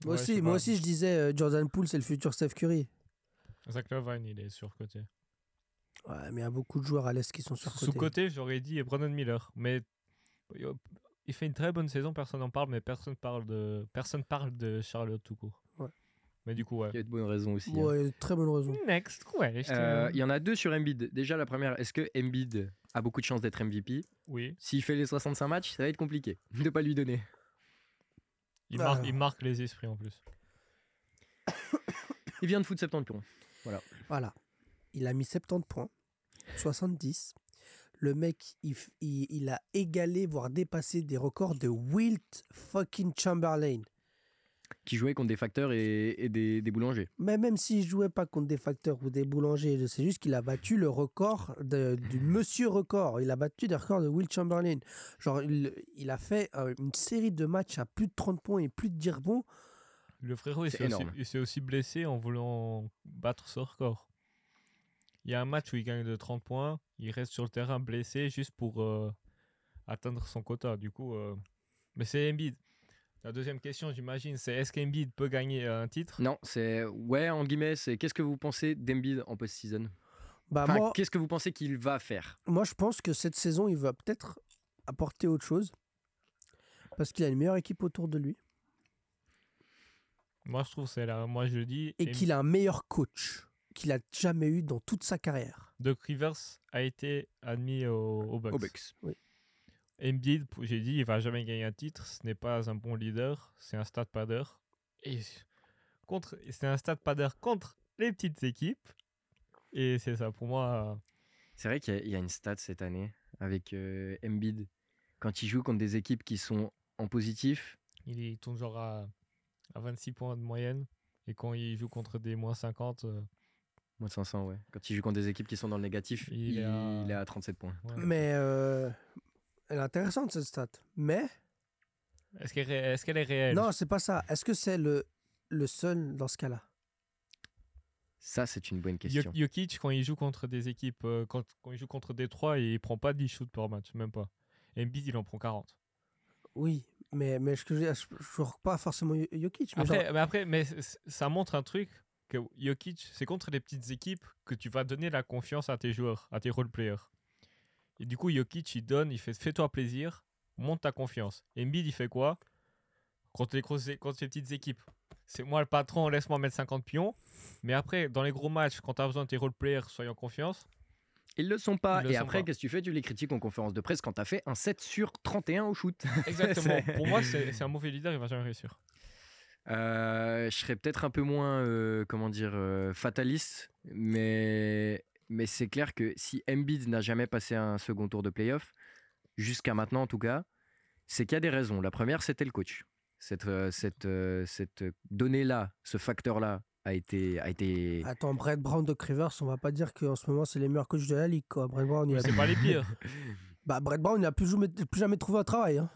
B: Moi,
C: Ouais, je
B: aussi,
C: sais
B: moi
C: pas.
B: aussi, je disais euh, Jordan Poole, c'est le futur Steph Curry.
C: Zach Levine, il est surcoté.
B: Ouais, mais il y a beaucoup de joueurs à l'Est qui sont surcotés.
C: Sous-côté, j'aurais dit Brandon Miller. Mais euh, il fait une très bonne saison, personne n'en parle, mais personne parle de, personne parle de Charlotte tout court.
B: Ouais.
C: Mais du coup, ouais.
A: Il y a de bonnes raisons aussi. hein.
B: Ouais, très bonne raison.
C: Next question.
A: Euh, Il y en a deux sur Embiid. Déjà, la première, est-ce que Embiid a beaucoup de chances d'être MVP
C: Oui,
A: S'il fait les 65 matchs, ça va être compliqué de pas lui donner.
C: il,
B: Ah.
C: marque, il marque les esprits en plus.
A: Il vient de foutre 70 pions.
B: Voilà. Il a mis 70 points, 70. Le mec, il, f- il- il a égalé, voire dépassé des records de Wilt fucking Chamberlain.
A: qui jouait contre des facteurs et, et des, des boulangers.
B: Mais même s'il jouait pas contre des facteurs ou des boulangers, c'est juste qu'il a battu le record de- du monsieur record. Il a battu des records de Will Chamberlain. Genre, il, il a fait euh, une série de matchs à plus de 30 points et plus de 10 rebonds.
C: Le frérot, il
A: C'est
C: s'est aussi,
A: énorme.
C: il s'est aussi blessé en voulant battre son record. Il y a un match où il gagne de 30 points, il reste sur le terrain blessé juste pour euh, atteindre son quota. Du coup, euh, mais c'est Embiid. La deuxième question, j'imagine, c'est est-ce qu'Embiid peut gagner un titre
A: Non, c'est ouais en guillemets, c'est qu'est-ce que vous pensez d'Embiid en post-season
C: Ah,
B: Bah,
A: Enfin,
B: moi,
A: qu'est-ce que vous pensez qu'il va faire
B: moi, je pense que cette saison, il va peut-être apporter autre chose. Parce qu'il a une meilleure équipe autour de lui.
C: Moi, je trouve que c'est là. Moi, je dis.
B: et
C: Embiid-
B: qu'il a un meilleur coach qu'il a jamais eu dans toute sa carrière.
C: Doc Rivers a été admis au, au Bucks.
A: Au Bucks.
C: Embiid, pour- j'ai dit, il va jamais gagner un titre. Ce n'est pas un bon leader. C'est un stade padder. Et contre, c'est un stade padder contre les petites équipes. Et c'est ça pour moi.
A: C'est vrai qu'il y, a- il y a une stat cette année avec euh, Embiid quand il joue contre des équipes qui sont en positif.
C: Il, il tourne genre à, à 26 points de moyenne. Et quand il joue contre des moins 50, euh,
A: Moins de 500, ouais. Quand il joue contre des équipes qui sont dans le négatif,
C: Il
A: il,
C: est à-
A: il est à 37 points.
C: ouais.
B: Mais euh, elle est intéressante cette stat. Mais
C: est-ce qu'elle est, est-ce qu'elle est réelle
B: non, c'est pas ça. Est-ce que c'est le, le seul dans ce cas-là
A: Ça, c'est une bonne
C: Yo-
A: question.
C: Jokic, quand il joue contre des équipes, euh, quand, quand il joue contre Détroit, il prend pas 10 shoots par match, même pas. Embiid, il en prend 40.
B: Oui, mais, mais ce que je veux dire, je je jouerai pas forcément Yo- Jokic. Mais
C: Après,
B: genre-
C: mais après, mais c- c- ça montre un truc que Jokic, c'est contre les petites équipes que tu vas donner la confiance à tes joueurs, à tes role-players. Et du coup, Jokic, il donne, il fait fais-toi plaisir, monte ta confiance. Embiid, il fait quoi contre les, grosses, é- contre les petites équipes C'est moi le patron, laisse-moi mettre 50 pions. Mais après, dans les gros matchs, quand tu as besoin de tes role-players, soyez en confiance.
A: Ils le sont pas.
C: Ils le
A: et
C: sont
A: après,
C: pas.
A: qu'est-ce que tu fais Tu les critiques en conférence de presse quand t'as fait un 7 sur 31 au shoot.
C: Exactement.
A: C'est-
C: Pour moi, c'est c'est un mauvais leader, il va jamais réussir.
A: Euh, je serais peut-être un peu moins, euh, comment dire, euh, fataliste, mais, mais c'est clair que si Embiid n'a jamais passé un second tour de playoff, jusqu'à maintenant en tout cas, c'est qu'il y a des raisons. La première, c'était le coach. Cette, euh, cette, euh, cette donnée-là, ce facteur-là, a été, a été
B: Attends, Brett Brown, Doc Rivers, on va pas dire qu'en ce moment, c'est les meilleurs coachs de la ligue, quoi. Brett Brown, il a...
C: C'est pas les pires.
B: Bah, Brett Brown, il a plus, jamais- plus jamais trouvé un travail, hein.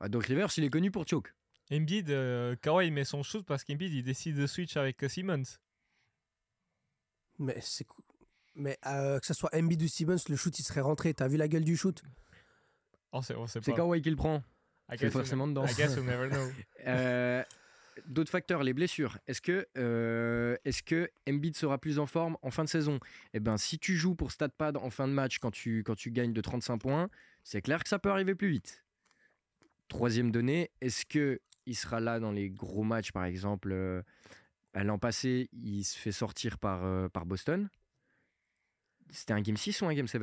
A: Ah, Donc Rivers, il est connu pour choke.
C: Embiid, euh, Kawhi il met son shoot parce qu'Embiid il décide de switch avec euh, Simmons.
B: Mais c'est... cou- Mais euh, que ce soit Embiid ou Simmons, le shoot, il serait rentré. T'as vu la gueule du shoot
C: On sait, on sait
A: C'est
C: oh, pas.
A: Kawhi qui le prend.
C: I
A: C'est
C: guess you-
A: forcément dedans.
C: I guess you never know.
A: Euh, D'autres facteurs, les blessures. Est-ce que, euh, est-ce que Embiid sera plus en forme en fin de saison Eh ben, si tu joues pour StatPad en fin de match quand tu, quand tu gagnes de 35 points, c'est clair que ça peut arriver plus vite. Troisième donnée, est-ce que il sera là dans les gros matchs, par exemple euh, L'an passé, il se fait sortir par, euh, par Boston. C'était un Game 6 ou un Game 7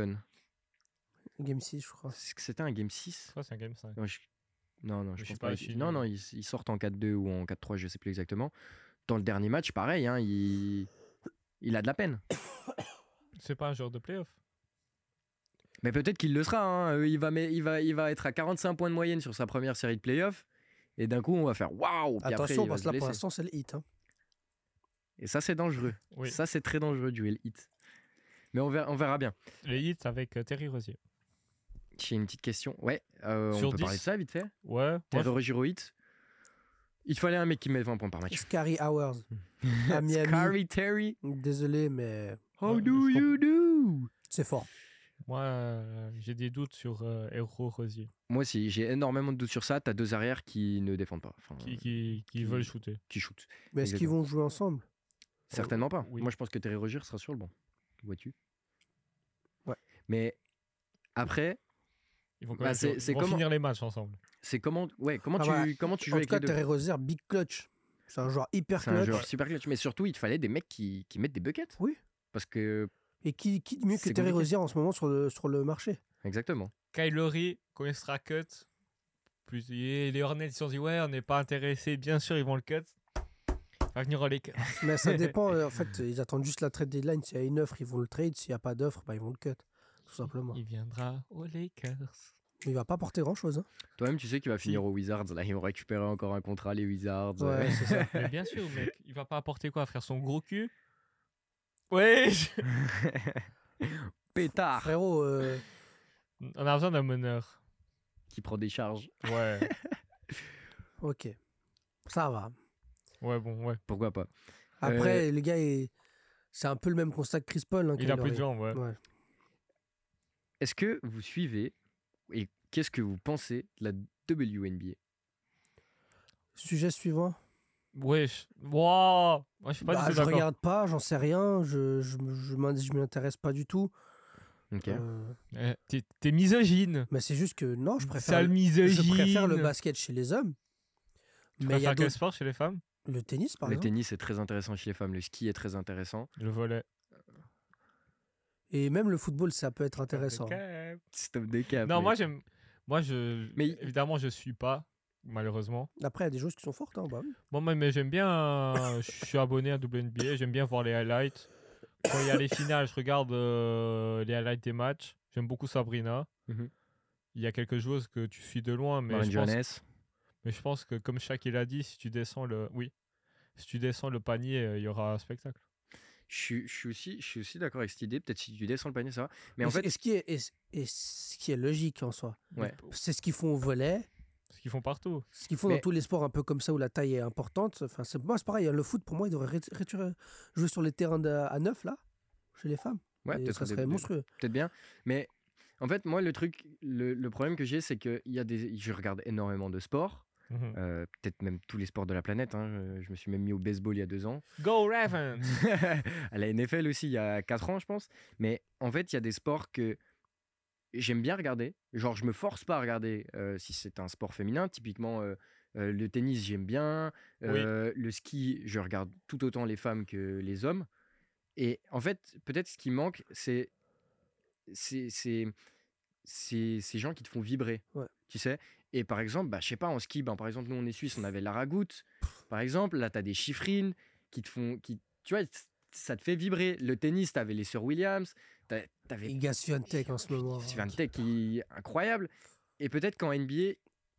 B: Game 6, je crois.
A: C'est que C'était un Game 6
C: Je crois que c'est un game 5.
A: non, je- non, non, je,
C: je sais
A: pense
C: pas,
A: pas.
C: je suis-
A: Non, non, ils, ils sortent en 4-2 ou en 4-3, je sais plus exactement. Dans le dernier match, pareil, hein, il... il a de la peine.
C: C'est pas un joueur de playoff.
A: Mais peut-être qu'il le sera. hein. Euh, Il, va, mais il, va, il va être à 45 points de moyenne sur sa première série de playoffs. Et d'un coup, on va faire waouh! puis après,
B: Attention,
A: il va
B: parce
A: se
B: que là,
A: blesser.
B: pour l'instant, c'est le hit. hein.
A: Et ça, c'est dangereux.
C: Oui.
A: Ça, c'est très dangereux, duel hit. Mais on verra, on verra bien.
C: Les hits avec euh, Terry Rosier.
A: J'ai une petite question. Ouais, euh, on
C: Sur
A: peut parler
C: 10?
A: de ça vite fait.
C: Ouais. moi,
A: Terreur Giro hit. Il fallait un mec qui met 20 points par match.
B: Scary Hours. à Miami.
A: Curry Terry,
B: Désolé, mais
A: how
C: Ouais,
A: do
C: je
A: you do?
B: c'est fort.
C: moi, euh, j'ai des doutes sur euh, Hero Rosier
A: Moi aussi, j'ai énormément de doutes sur ça. T'as deux arrières qui ne défendent pas, enfin,
C: qui, qui, qui
A: Qui-
C: veulent shooter.
A: qui shootent.
B: Mais est-ce qu'ils
A: Exactement.
B: vont jouer ensemble
A: Certainement pas.
C: oui.
A: Moi, je pense que Terry Rogier sera sur le banc. Vois-tu
B: Ouais.
A: Mais après,
C: Ils vont, quand
A: Bah,
C: même
A: c'est-
C: jouer- ils
A: c'est
C: vont
A: comment-
C: finir les matchs ensemble.
A: c'est comment, ouais, comment,
B: Ah
A: tu,
B: bah,
A: comment tu joues
B: En tout
A: avec
B: cas,
A: les deux
B: Terry Rozier, big clutch. C'est un joueur hyper
A: C'est un
B: clutch.
A: joueur super clutch. Mais surtout, il te fallait des mecs qui, qui mettent des buckets.
B: Oui.
A: Parce que.
B: Et qui, qui de mieux que
A: C'est compliqué.
B: Terry Rozier en ce moment sur le, sur le marché
A: Exactement.
C: Kylori, quand il sera cut, plus, et les Hornets ils se sont dit ouais, on n'est pas intéressé, bien sûr, ils vont le cut. Il va venir en les cut.
B: Mais ça dépend. euh, en fait, ils attendent juste la trade deadline. S'il y a une offre, ils vont le trade. S'il n'y a pas d'offre, bah, ils vont le cut. Tout simplement.
C: Il viendra aux Lakers.
B: Il va pas porter hein. grand chose.
A: Toi-même, tu sais qu'il va finir aux Wizards. Là, ils vont récupérer encore un contrat, les Wizards.
B: Ouais, c'est ça.
C: Mais bien sûr, mec, il va pas apporter quoi Faire son gros cul Ouais je-
A: Pétard
B: Frérot, euh,
C: On a besoin d'un meneur.
A: qui prend des charges.
C: Ouais.
B: ok. Ça
A: Euh,
B: va.
C: Ouais, bon, ouais.
A: Pourquoi pas
B: Après, les gars, il- c'est un peu le même constat que Chris Paul. hein,
C: Il a
B: Kyle
C: plus
B: Lowry.
C: de jambes, ouais.
B: Ouais.
A: Est-ce que vous suivez et qu'est-ce que vous pensez de la WNBA
B: Sujet suivant.
C: Wesh. Wouah Moi, je suis pas
B: Bah,
C: du tout
B: je
C: d'accord.
B: regarde pas, j'en sais rien. Je je, je m'in- je m'y intéresse pas du tout.
A: Ok.
B: Euh,
C: Eh, t'es- T'es misogyne.
B: mais c'est juste que non, je préfère,
C: Sale
B: le,
C: misogyne.
B: je préfère le basket chez les hommes.
C: Tu
B: Mais il y a
C: préfères quel
B: d'autres-
C: sport chez les femmes
B: le tennis, par
A: le
B: exemple.
A: tennis est très intéressant chez les femmes, le ski est très intéressant.
C: Le volet.
B: Et même le football, ça peut être intéressant.
A: Stop de cap.
C: Non,
A: mais-
C: moi, j'aime. Moi, je.
A: Mais-
C: Évidemment, je suis pas, malheureusement.
B: Après, il y a des choses qui sont fortes. hein, bah oui.
C: Moi, mais, mais j'aime bien. euh, je suis abonné à WNBA. J'aime bien voir les highlights. Quand il y a les finales, je regarde euh, les highlights des matchs. J'aime beaucoup Sabrina.
A: Mhm.
C: Il y a quelque chose que tu suis de loin, mais
A: Marine
C: je, pense,
A: Jeunesse.
C: mais je pense que comme Shaq il a dit, si tu descends le, oui, si tu descends le panier, euh, il y aura un spectacle.
A: Je, suis- je suis aussi, je suis aussi d'accord avec cette idée. Peut-être si tu descends le panier, ça va. Mais
B: et,
A: en
B: c-
A: fait,
B: et ce qui est, et c- et ce qui est logique en soi,
A: Ouais.
B: c'est ce qu'ils font au volet,
C: Ce qu'ils font partout.
B: ce qu'ils font
A: Mais-
B: dans tous les sports un peu comme ça où la taille est importante. Enfin, c'est moi, c'est pareil. hein, le foot, pour moi, il devrait ré- ré- jouer sur les terrains de- à neuf là, chez les femmes.
A: ouais,
B: Et
A: peut-être
B: ça
A: des-
B: serait
A: des-
B: monstrueux.
A: peut-être bien. Mais en fait, moi, le truc, le, le problème que j'ai, c'est que il y a des, je regarde énormément de sports,
C: Mhm.
A: euh, peut-être même tous les sports de la planète. hein. Je- je me suis même mis au baseball il y a deux ans.
C: Go
A: à
C: Ravens
A: la NFL aussi il y a 4 ans, je pense. Mais en fait, il y a des sports que j'aime bien regarder. Genre, je me force pas à regarder euh, si c'est un sport féminin. Typiquement, euh, euh, le tennis, j'aime bien. Euh, Le ski, je regarde tout autant les femmes que les hommes. Et en fait, peut-être ce qui manque, c'est c'est c'est- c'est ces gens qui te font vibrer.
B: Ouais.
A: Tu sais Et par exemple, bah, je sais pas, en ski, ben, par exemple, nous, on est suisse, on avait la ragoûte. Par exemple, là, tu as des chiffrines qui te font. Qui, tu vois, t- ça te fait vibrer. Le tennis, tu avais les Sir Williams. t'a- T'avais
B: Il gagne Swiatek en ce moment. hein.
A: Sylvain Tech qui est incroyable. Et peut-être qu'en NBA,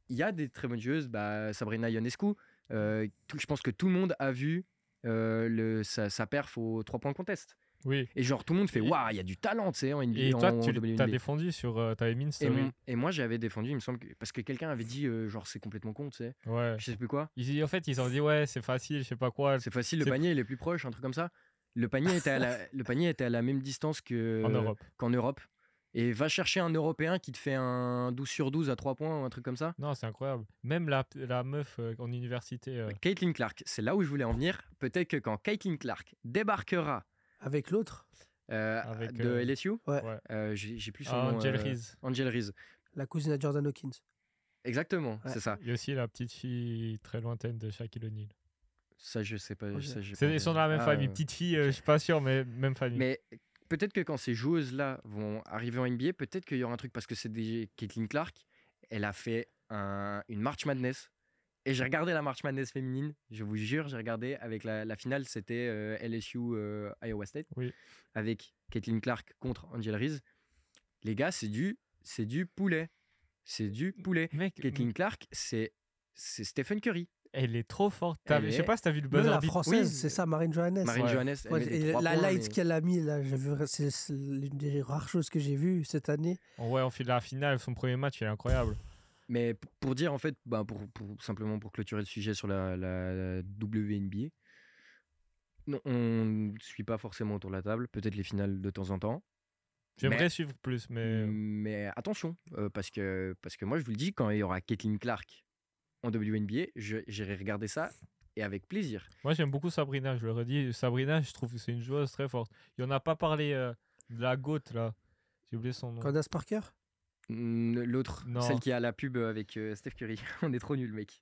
A: il y a des très bonnes joueuses. Bah, Sabrina Ionescu, euh, tout- je pense que tout le monde a vu euh, le, sa, sa perf aux 3 points contest.
C: Oui.
A: Et genre, tout le monde fait
C: Et-
A: Waouh, il y a du talent, tu sais, en NBA.
C: Et toi,
A: en
C: tu
A: WNBA.
C: as défendu sur. euh, T'avais mis une
A: Et,
C: story.
A: mon- et moi, j'avais défendu, il me semble, que- parce que quelqu'un avait dit euh, Genre, c'est complètement con, tu sais.
C: Ouais.
A: Je sais plus quoi.
C: Ils- en fait, ils ont dit, ouais, c'est facile, je sais pas quoi.
A: C'est facile, le
C: C'est-
A: panier, il est plus proche, un truc comme ça. Le panier était à la, le panier était à la même distance que
C: En Europe.
A: qu'en Europe. Et va chercher un Européen qui te fait un 12 sur 12 à 3 points ou un truc comme ça.
C: Non, c'est incroyable. Même la, la meuf euh, en université. euh,
A: Caitlin Clark, c'est là où je voulais en venir. Peut-être que quand Caitlin Clark débarquera
B: Avec l'autre,
A: euh,
C: Avec,
A: de
C: euh,
A: LSU,
B: ouais,
C: ouais.
A: euh, j'ai j'ai plus son
C: ah,
A: nom.
C: Angel
A: euh,
C: Reese.
A: Angel Reese.
B: la cousine à Jordan Hawkins.
A: Exactement,
B: Ouais.
A: c'est ça.
C: Il y a aussi la petite fille très lointaine de Shaquille O'Neal.
A: Ça, je sais pas.
B: Ok.
A: ça, j'ai
C: C'est-
A: pas-
C: Ils sont dans la même
A: Ah,
C: famille.
A: euh,
C: Petite fille, euh, je suis pas sûr, mais même famille.
A: Mais peut-être que quand ces joueuses-là vont arriver en NBA, peut-être qu'il y aura un truc parce que c'est des... Caitlin Clark, elle a fait un- une March Madness. Et j'ai regardé la March Madness féminine, je vous jure, j'ai regardé avec la, la finale, c'était euh, LSU euh, Iowa State,
C: Oui.
A: avec Caitlin Clark contre Angel Reese. Les gars, c'est du, c'est du poulet, c'est du poulet.
C: Mec,
A: Caitlin Clark, c'est, c'est Stephen Curry,
C: elle est trop forte. T'as-
A: Elle
C: Je
A: est-
C: sais pas si t'as vu le
B: Même
C: buzzer
B: la
C: beat.
B: française,
A: Oui.
B: c'est ça, Marine Johannes.
A: Marine
C: Ouais.
A: Johannes. elle
B: Ouais,
A: met des
B: et la
A: trois points,
B: light
A: mais-
B: qu'elle a mis là, j'ai vu- c'est c'est l'une des rares choses que j'ai vues cette année.
C: Ouais, on fait de la finale. Son premier match, il est incroyable.
A: Mais p- pour dire, en fait, bah, pour, pour- simplement pour clôturer le sujet sur la, la WNBA, non, on ne suit pas forcément autour de la table, peut-être les finales de temps en temps.
C: J'aimerais
A: Mais- Hmm.
C: suivre plus, mais.
A: Mais attention, euh, parce, que, parce que moi, je vous le dis, quand il y aura Caitlin Clark en WNBA, je- j'irai regarder ça et avec plaisir.
C: Moi, j'aime beaucoup Sabrina, je le redis. Sabrina, je trouve que c'est une joueuse très forte. Il n'y en a pas parlé euh, de la goutte, là. J'ai oublié son nom.
B: Candace Parker
A: Mm, L'autre,
C: Non.
A: celle qui a la pub avec euh, Steph Curry, on est trop nuls, mec.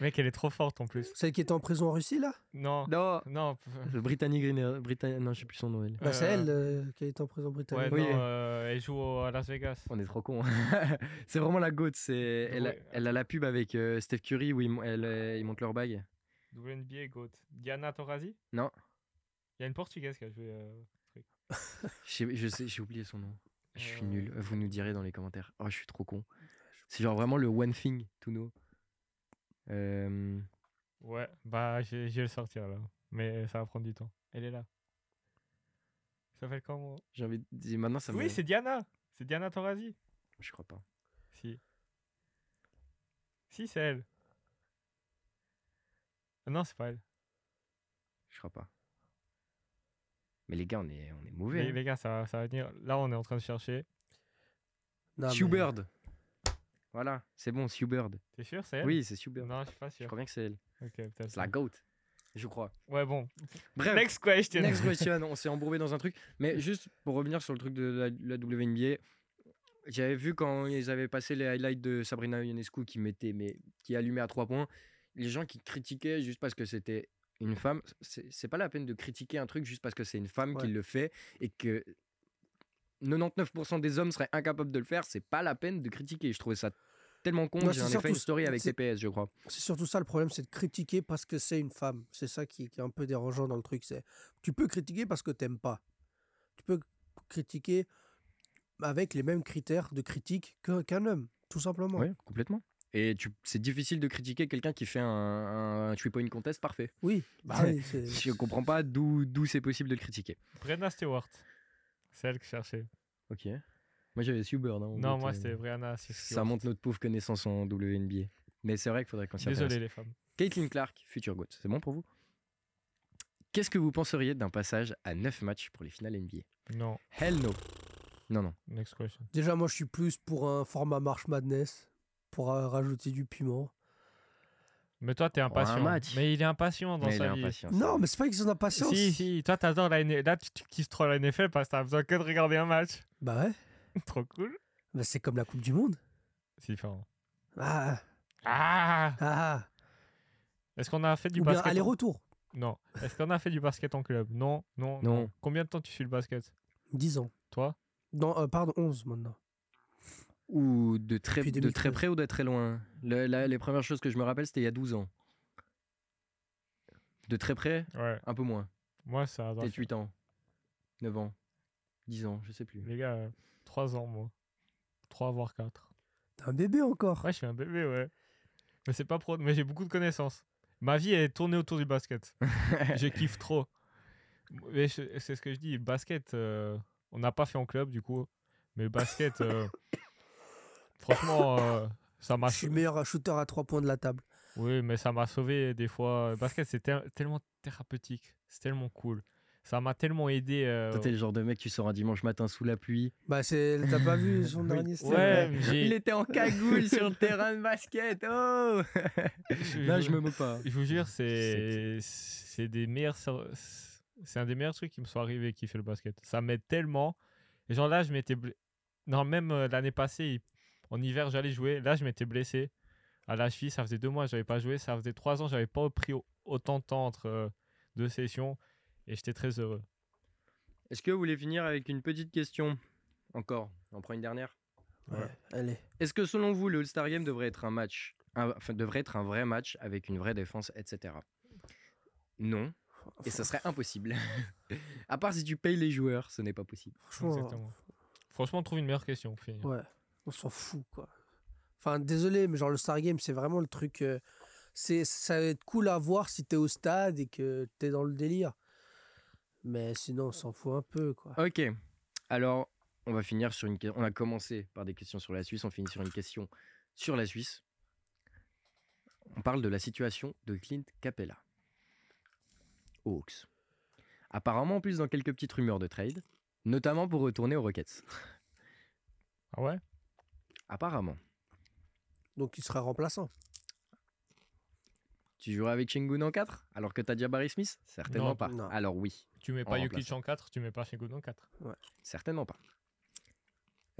C: Mec, elle est trop forte en plus.
B: Celle qui était en prison en Russie là
C: Non.
A: Non,
C: Non. p-
A: Brittany Greener, Brittany, non, je sais plus son nom, elle.
B: bah, C'est
C: Euh,
B: elle euh, qui est en prison
C: Ouais,
B: britannique.
A: Oui.
C: non, euh, elle joue au- à Las Vegas.
A: On est trop con. c'est vraiment la goutte. C'est elle, a-
C: Ouais.
A: elle a la pub avec euh, Steph Curry où ils, mon- elle, euh, ils montent leur bague.
C: WNBA GOAT. Diana Taurasi
A: Non.
C: Il y a une portugaise qui a joué. euh,
A: Je sais- je sais, j'ai oublié son nom. Je suis
C: Euh.
A: nul. Vous nous direz dans les commentaires. Oh, je suis trop con. C'est genre vraiment le one thing to know. Euh,
C: Ouais, bah, je vais je vais le sortir là. Mais ça va prendre du temps. Elle est là. Ça s'appelle comment
A: j'ai envie de dire maintenant ça. me-
C: Oui, c'est Diana. C'est Diana Taurasi.
A: Je crois pas.
C: Si. Si, c'est elle. Ah Non, c'est pas elle.
A: Je crois pas. Mais les gars, on est, on est mauvais.
C: Les, les gars, ça, va- ça va venir. Là, on est en train de chercher.
B: Non,
A: hein.
B: mais-
A: Sue Bird. Voilà, c'est bon, Sue Bird.
C: T'es sûr, c'est elle
A: Oui, c'est Sue Bird.
C: Non, je suis pas
A: Je
C: sûr.
A: crois bien que c'est elle.
C: Ok, peut-être.
A: C'est la goat. Je crois.
C: Ouais, bon.
A: Bref.
C: Next question.
A: Next question, on s'est embourbé dans un truc. Mais juste pour revenir sur le truc de la, la WNBA, j'avais vu quand ils avaient passé les highlights de Sabrina Ionescu qui mettait, mais qui allumait à trois points, les gens qui critiquaient juste parce que c'était une femme, c'est c'est pas la peine de critiquer un truc juste parce que c'est une femme qui
B: Ouais.
A: le fait et que 99% des hommes seraient incapables de le faire, c'est pas la peine de critiquer. Je trouvais ça tellement con.
B: Non,
A: J'ai
B: c'est
A: en effet
B: surtout-
A: une story avec
B: c'est-
A: TPS, je crois.
B: C'est surtout ça le problème, c'est de critiquer parce que c'est une femme. C'est ça qui, qui est un peu dérangeant dans le truc. C'est tu peux critiquer parce que t'aimes pas. Tu peux critiquer avec les mêmes critères de critique que- qu'un homme, tout simplement.
A: Oui, complètement. Et tu- c'est difficile de critiquer quelqu'un qui fait un, un, un three-point contest parfait.
B: Oui, bah oui, c'est-
A: Je comprends pas d'où d'où c'est possible de le critiquer.
C: Brenna Stewart. C'est elle que je cherchais.
A: Ok. Moi j'avais hein, Subird.
C: Non, moi, c'était Brianna.
A: Ça monte notre pauvre connaissance en WNBA. Mais c'est vrai qu'il faudrait qu'on s'y
C: Désolé,
A: intéresse.
C: les femmes.
A: Caitlin Clark, future GOAT, c'est bon pour vous Qu'est-ce que vous penseriez d'un passage à 9 matchs pour les finales NBA
C: Non.
A: Hell no Non, non.
C: Next question.
B: Déjà, moi, je suis plus pour un format March Madness, pour euh, rajouter du piment.
C: Mais toi, t'es impatient.
A: Oh, match.
C: Mais il est impatient dans
A: Mais il est
C: sa vie.
A: impatient.
B: Non, mais c'est pas qu'ils en ont patience.
C: Ah, Si, si, toi t'adores la NFL. Là, tu, tu kiffes trop la NFL parce que t'as besoin que de regarder un match.
B: Bah ouais,
C: trop cool.
B: Bah, c'est comme la Coupe du Monde.
C: C'est différent.
B: Ah,
C: Ah
B: ah,
C: Est-ce qu'on a fait du
B: ou bien
C: basket hein. en-
B: aller-retour,
C: Non. Est-ce qu'on a fait du basket en club Non, non,
A: Non.
C: Combien de temps tu suis le basket
B: 10 ans.
C: Toi
B: Non, euh, pardon, 11 maintenant.
A: Ou de très,
B: Depuis
A: de très
B: 2013.
A: près ou de très loin Le- la- Les premières choses que je me rappelle, c'était il y a 12 ans. De très près,
C: Ouais,
A: un peu moins.
C: moi ça. doit
A: Peut-être
C: faire-
A: 8 ans, 9 ans, 10 ans, je sais plus.
C: Les gars, 3 ans moi. 3 voire 4.
B: T'es un bébé encore.
C: Ouais, je suis un bébé, ouais. Mais c'est pas pro, mais j'ai beaucoup de connaissances. Ma vie est tournée autour du basket. je kiffe trop. Mais je- c'est ce que je dis, basket, euh, on n'a pas fait en club du coup. Mais basket, euh, franchement, euh, ça m'a
B: je suis le meilleur shooter à 3 points de la table.
C: Oui, mais ça m'a sauvé euh, des fois. Le basket, c'est tel- tellement thérapeutique. C'est tellement cool. Ça m'a tellement aidé. euh,
A: Toi, t'es le genre de mec qui sort un dimanche matin sous la pluie.
B: Bah, c'est... t'as pas vu son
C: Oui.
B: dernier step
C: Ouais, mais
A: Il
C: j'ai-
A: était en cagoule sur le terrain de basket. Oh
C: je-
A: Là,
C: je-
A: je me moque pas.
C: je vous jure, c'est c'est des meilleurs ser- c'est un des meilleurs trucs qui me sont arrivés qui fait le basket. Ça m'aide tellement. Et genre là, je m'étais bl- non même euh, l'année passée il- en hiver, j'allais jouer. Là, je m'étais blessé à la cheville. Ça faisait deux mois, que j'avais pas joué. Ça faisait trois ans, j'avais pas pris au- autant de temps entre euh, deux sessions et j'étais très heureux.
A: Est-ce que vous voulez finir avec une petite question Encore, on prend une dernière.
B: Ouais, allez.
A: Est-ce que selon vous, le All-Star Game devrait être un match, un- enfin, devrait être un vrai match avec une vraie défense, etc. Non, et ça serait impossible. à part si tu payes les joueurs, ce n'est pas possible.
B: Franchement,
C: Exactement. Franchement, trouve une meilleure question. pour finir.
B: euh, Ouais, on s'en fout, quoi. Enfin, désolé, mais genre le Star Game, c'est vraiment le truc. euh, c'est, ça va être cool à voir si t'es au stade et que t'es dans le délire. Mais sinon, on s'en fout un peu, quoi.
A: Ok, alors on va finir sur une. que- On a commencé par des questions sur la Suisse, on finit sur une question sur la Suisse. On parle de la situation de Clint Capella aux Hawks. Apparemment, en plus, dans quelques petites rumeurs de trade, notamment pour retourner aux Rockets.
C: Ah ouais.
A: Apparemment.
B: Donc, il sera remplaçant.
A: Tu jouerais avec Shingun en 4 alors que t'as déjà Barry Smith Certainement
C: Non,
A: pas.
B: non.
A: Alors oui,
C: Tu mets
A: En
C: pas Jokic
A: remplaçant.
C: en 4, tu mets pas Shingun en 4.
A: certainement pas.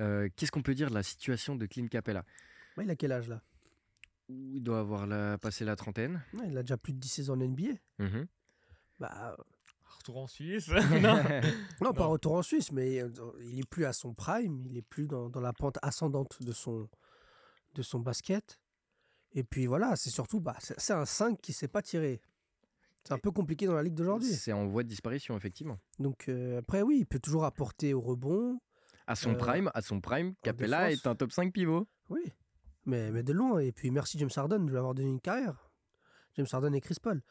A: Euh, Qu'est-ce qu'on peut dire de la situation de Clint Capella
B: Ouais, il a quel âge, là
A: Ouh, Il doit avoir la- passé la trentaine.
B: Ouais, Il a déjà plus de 10 saisons en NBA.
A: Mhm.
B: Bah, euh,
C: Ah, Retour en Suisse. non.
B: non, pas
C: Non.
B: retour en Suisse, mais euh, il est plus à son prime. Il est plus dans, dans la pente ascendante de son, de son basket. Et puis voilà, c'est surtout, bah, c'est, c'est un 5 qui sait pas tirer. C'est un peu compliqué dans la ligue d'aujourd'hui.
A: C'est en voie de disparition, effectivement.
B: Donc euh, après, oui, il peut toujours apporter au rebond.
A: À son
B: Euh,
A: prime, à son prime, Capella
B: défense.
A: est un top 5 pivot.
B: Oui, mais, mais de loin. Et puis merci James Harden de lui avoir donné une carrière. James Harden et Chris Paul.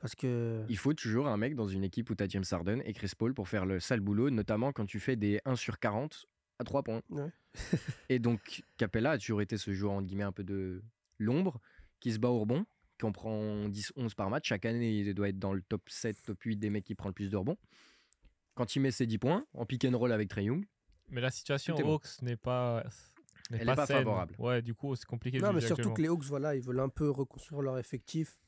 B: Parce que...
A: Il faut toujours un mec dans une équipe où t'as James Harden et Chris Paul pour faire le sale boulot, notamment quand tu fais des 1 sur 40 à 3 points.
B: Ouais.
A: et donc, Capella a toujours été ce joueur, entre guillemets, un peu de l'ombre, qui se bat au rebond, qui en prend 10-11 par match. Chaque année, il doit être dans le top 7, top 8 des mecs qui prend le plus de rebonds. Quand il met ses 10 points, en pick and roll avec Trey Young,
C: Mais la situation
A: Tout est bon.
C: Hawks n'est pas. n'est
A: Elle est pas
C: saine.
A: favorable.
C: Ouais, du coup, c'est compliqué. de
B: Non, mais
C: juger
B: surtout que
C: actuellement.
B: les Hawks, voilà, ils veulent un peu reconstruire leur effectif,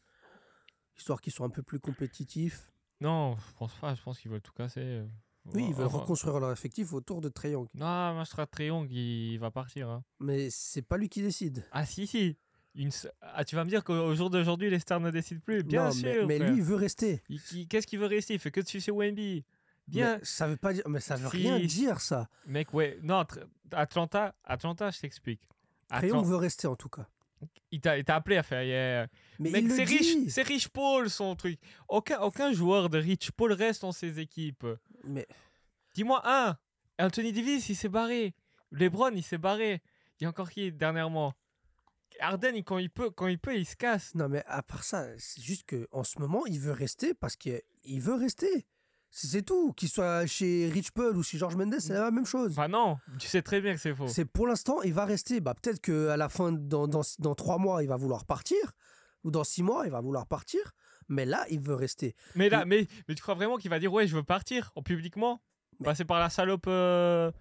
B: histoire qu'ils soient un peu plus compétitifs.
C: Non, je pense pas. Je pense qu'ils veulent tout casser. euh,
B: Oui, ils
C: voilà.
B: veulent reconstruire leur effectif autour de Trae Young.
C: Non, Mastra Triangle, il va partir. hein.
B: Mais c'est pas lui qui décide.
C: Ah, si, si. Une... s- Ah, tu vas me dire qu'au jour d'aujourd'hui, les stars ne décident plus. Bien
B: Non, mais-
C: sûr.
B: Mais,
C: frère.
B: lui, il veut rester.
C: Il- il- Qu'est-ce qu'il veut rester Il fait que de sucer Wemby. Bien.
B: Mais ça veut pas dire, mais ça veut
C: Si.
B: rien dire ça.
C: Mec, ouais. Non, Tr- Atlanta, Atlanta, je t'explique.
B: Trae
C: Atlan-
B: Young veut rester en tout cas.
C: Il t'a il t'a appelé à faire. yeah.
B: Mais
C: Mec,
B: il le
C: c'est
B: dit.
C: riche, c'est Rich Paul son truc. Aucun, aucun joueur de Rich Paul reste dans ses équipes.
B: Mais
C: Dis-moi un. Anthony Davis, il s'est barré. LeBron, il s'est barré. Il y a encore qui dernièrement Harden, il- quand il peut, quand il peut, il se casse.
B: Non, mais à part ça, c'est juste que en ce moment, il veut rester parce qu'il veut rester. C'est c'est tout. Qu'il soit chez Rich Paul ou chez George Mendes, c'est la même chose.
C: Enfin Bah non, tu sais très bien que c'est faux.
B: C'est pour l'instant, il va rester. Bah, Peut-être qu'à la fin, dans, dans, dans trois mois, il va vouloir partir. Ou dans six mois, il va vouloir partir. Mais là, il veut rester.
C: Mais là, mais, mais tu crois vraiment qu'il va dire ouais, je veux partir en publiquement,
B: Mais-
C: passer par la salope. euh,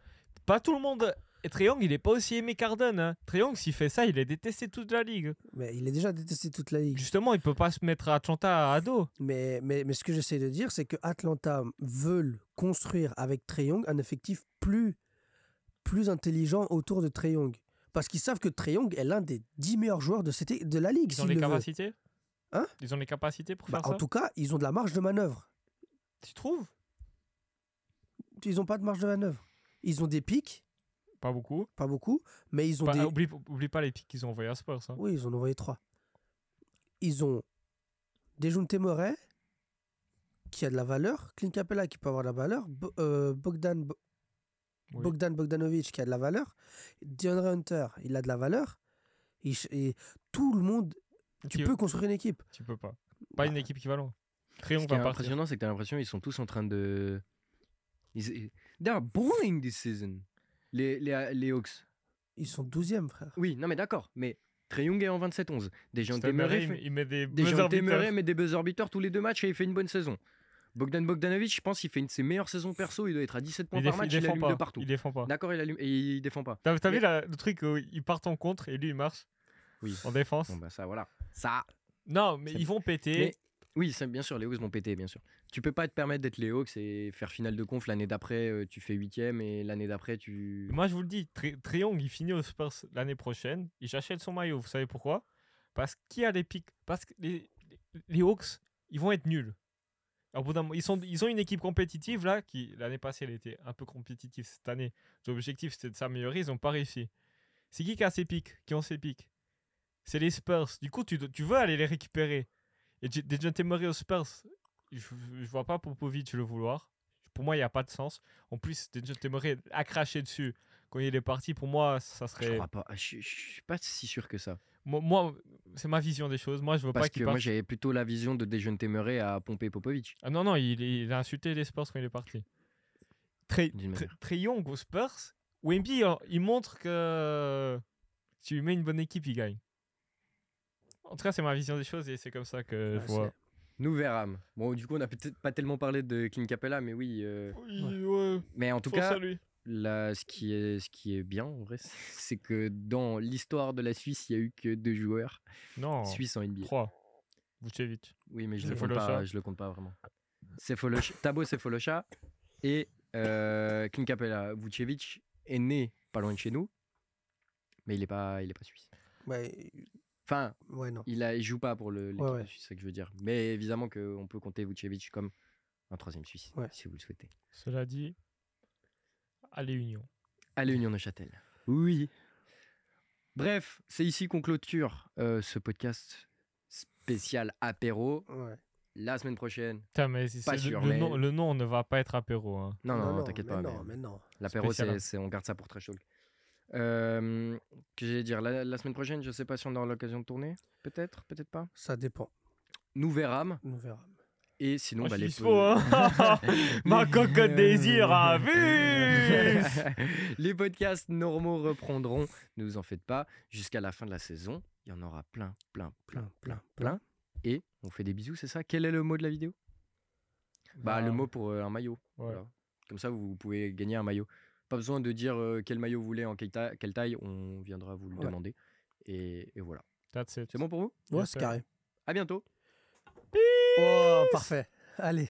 C: Pas tout le monde. Et Triangle, il est pas aussi aimé qu'Arden. Hein. Triangle, s'il fait ça, il est détesté toute la ligue.
B: Mais il est déjà détesté toute la ligue.
C: Justement, il peut pas se mettre à Atlanta à dos.
B: Mais, mais, mais ce que j'essaie de dire, c'est que Atlanta veulent construire avec Trae Young un effectif plus, plus intelligent autour de Trae Young. Parce qu'ils savent que Trae Young est l'un des dix meilleurs joueurs de, cette é- de la ligue.
C: Ils ont
B: s'il
C: les
B: le veut.
C: capacités
B: Hein
C: Ils ont les capacités pour
B: Bah,
C: faire
B: en
C: ça
B: tout cas, ils ont de la marge de manœuvre.
C: Tu trouves
B: Ils n'ont pas de marge de manœuvre. Ils ont des pics,
C: Pas beaucoup.
B: pas beaucoup, mais ils ont
C: Pas-
B: des.
C: oublie, oublie pas les pics qu'ils ont envoyés à Spurs. hein.
B: Oui, ils en ont envoyé trois. Ils ont Dejunte Moret, qui a de la valeur, Clint Capella, qui peut avoir de la valeur, Bo- euh, Bogdan, Bo-
C: Oui.
B: Bogdan Bogdanovic, qui a de la valeur, DeAndre Hunter, il a de la valeur, et, ch- et tout le monde. Tu
C: Qui-
B: peux Bah. construire une équipe.
C: Tu peux pas. Pas une équipe qui va loin.
A: Ce
C: Crayon
A: qui est
C: va partir.
A: impressionnant, c'est que t'as l'impression qu'ils sont tous en train de. Ils... They're boring this season. Les, les, les Hawks.
B: Ils sont 12e, frère.
A: Oui, non, mais d'accord. Mais Trey Young est en 27-11. Déjà,
C: Stephen
A: Murray,
C: Murray, il,
A: fait-
C: met- il met des,
A: Dejounte
C: buzzer beaters.
A: Murray met des buzzer beaters tous les deux matchs et il fait une bonne saison. Bogdan Bogdanovic, je pense, il fait une de ses meilleures saisons perso. Il doit être à 17 points
C: Il,
A: par
C: déf-
A: match.
C: il
A: Il,
C: défend
A: allume
C: pas.
A: de partout.
C: Il défend pas.
A: D'accord, il allume et il défend pas.
C: T'as t'as
A: Mais-
C: vu la- le truc où ils partent en contre et lui il marche
A: Oui.
C: en défense
A: Bon, bah ça, voilà. Ça.
C: Non, mais
A: c'est-
C: ils vont péter.
A: Mais- Oui, ça, bien sûr, les Hawks vont péter, bien sûr. Tu peux pas te permettre d'être les Hawks et faire finale de conf. L'année d'après, euh, tu fais huitième et l'année d'après, tu.
C: Moi, je vous le dis, Triangle, il finit aux Spurs l'année prochaine. Et j'achète son maillot. Vous savez pourquoi Parce qu'il a les pics. Parce que les, les- les Hawks, ils vont être nuls. Au bout d'un moment, ils, sont, ils ont une équipe compétitive là qui l'année passée elle était un peu compétitive cette année. L'objectif c'était de s'améliorer, ils n'ont pas réussi. C'est qui qui a ses pics Qui ont ses pics C'est les Spurs. Du coup, tu, do- tu veux aller les récupérer. Et J- Dejounte Murray aux Spurs, je, je vois pas Popovic le vouloir. Pour moi, il n'y a pas de sens. En plus, Dejounte Murray a craché dessus quand il est parti. Pour moi, ça
A: Je
C: serait.
A: crois pas. Ah, Je, je suis pas si sûr que ça.
C: Moi, moi, c'est ma vision des choses. Moi, je veux
A: Parce
C: pas
A: que
C: qu'il
A: moi,
C: parte.
A: j'avais plutôt la vision de déjeuner Murray à pomper Popovic.
C: Ah non, non, il, il a insulté les Spurs quand il est parti. Très,
A: D'une
C: très,
A: manière.
C: très young aux Spurs. Wemby, hein, il montre que si tu lui mets une bonne équipe, il gagne. En tout cas, c'est ma vision des choses et c'est comme ça que
B: Ouais,
C: je vois.
A: Nous verrons. Bon, du coup, on a peut-être pas tellement parlé de Clint Capella, mais oui. euh,
C: Oui, ouais,
A: Mais en tout
C: force
A: cas,
C: à lui.
A: là, ce, qui est, ce qui est bien, en vrai, c'est que dans l'histoire de la Suisse, il y a eu que deux joueurs
C: Non,
A: suisses en NBA.
C: 3. Vucevic.
A: Oui, mais je le, compte
C: Sefolosha.
A: pas, je le compte pas vraiment. Sefolosha- Tabo Sefolosha et euh, Clint Capella. Vucevic est né pas loin de chez nous, mais il est pas, il est pas suisse.
B: Ouais,
A: Enfin,
B: ouais, non.
A: il, a, il joue pas pour le l'équipe
B: Ouais, ouais.
A: de Suisse, c'est ça que je veux dire. Mais évidemment qu'on peut compter Vucevic comme un troisième Suisse,
B: Ouais.
A: si vous le souhaitez.
C: Cela dit, allez Union.
A: Allez, Union de Châtel. Oui. Bref, c'est ici qu'on clôture euh, ce podcast spécial apéro.
B: Ouais.
A: La semaine prochaine.
C: Putain, mais c'est-
A: Pas
C: c'est- le,
A: sûr,
C: le
A: mais-
C: nom, le nom ne va pas être apéro. hein.
A: Non, non,
B: non,
A: t'inquiète
B: mais
A: pas.
B: Non,
A: mais-
B: mais non.
A: L'apéro,
C: Spécial,
A: c'est-
C: hein.
A: c'est- on garde ça pour très chaud. Euh, que j'allais dire la, la semaine prochaine, je sais pas si on aura l'occasion de tourner, peut-être, peut-être pas.
B: Ça dépend.
A: Nous verrons.
B: On verra.
A: Et sinon,
C: Moi,
A: bah,
C: Ah, je
A: les
C: suis dispo, hein. Ma cocotte désir hein. à vif.
A: les podcasts normaux reprendront. Ne vous en faites pas. Jusqu'à la fin de la saison, il y en aura plein, plein, plein,
B: Plein, plein,
A: plein.
B: plein.
A: Et on fait des bisous, c'est ça Quel est le mot de la vidéo Bah,
C: Ah,
A: le mot pour euh, un maillot.
C: ouais.
A: Voilà. Comme ça, vous pouvez gagner un maillot. Pas besoin de dire euh, quel maillot vous voulez, en quelle taille, quelle taille, on viendra vous le
B: Ouais.
A: demander. Et, et voilà.
C: That's it.
A: C'est bon pour vous
B: Ouais,
C: Yes,
B: c'est
C: sir.
B: carré.
A: À bientôt.
B: Oh, parfait. Allez.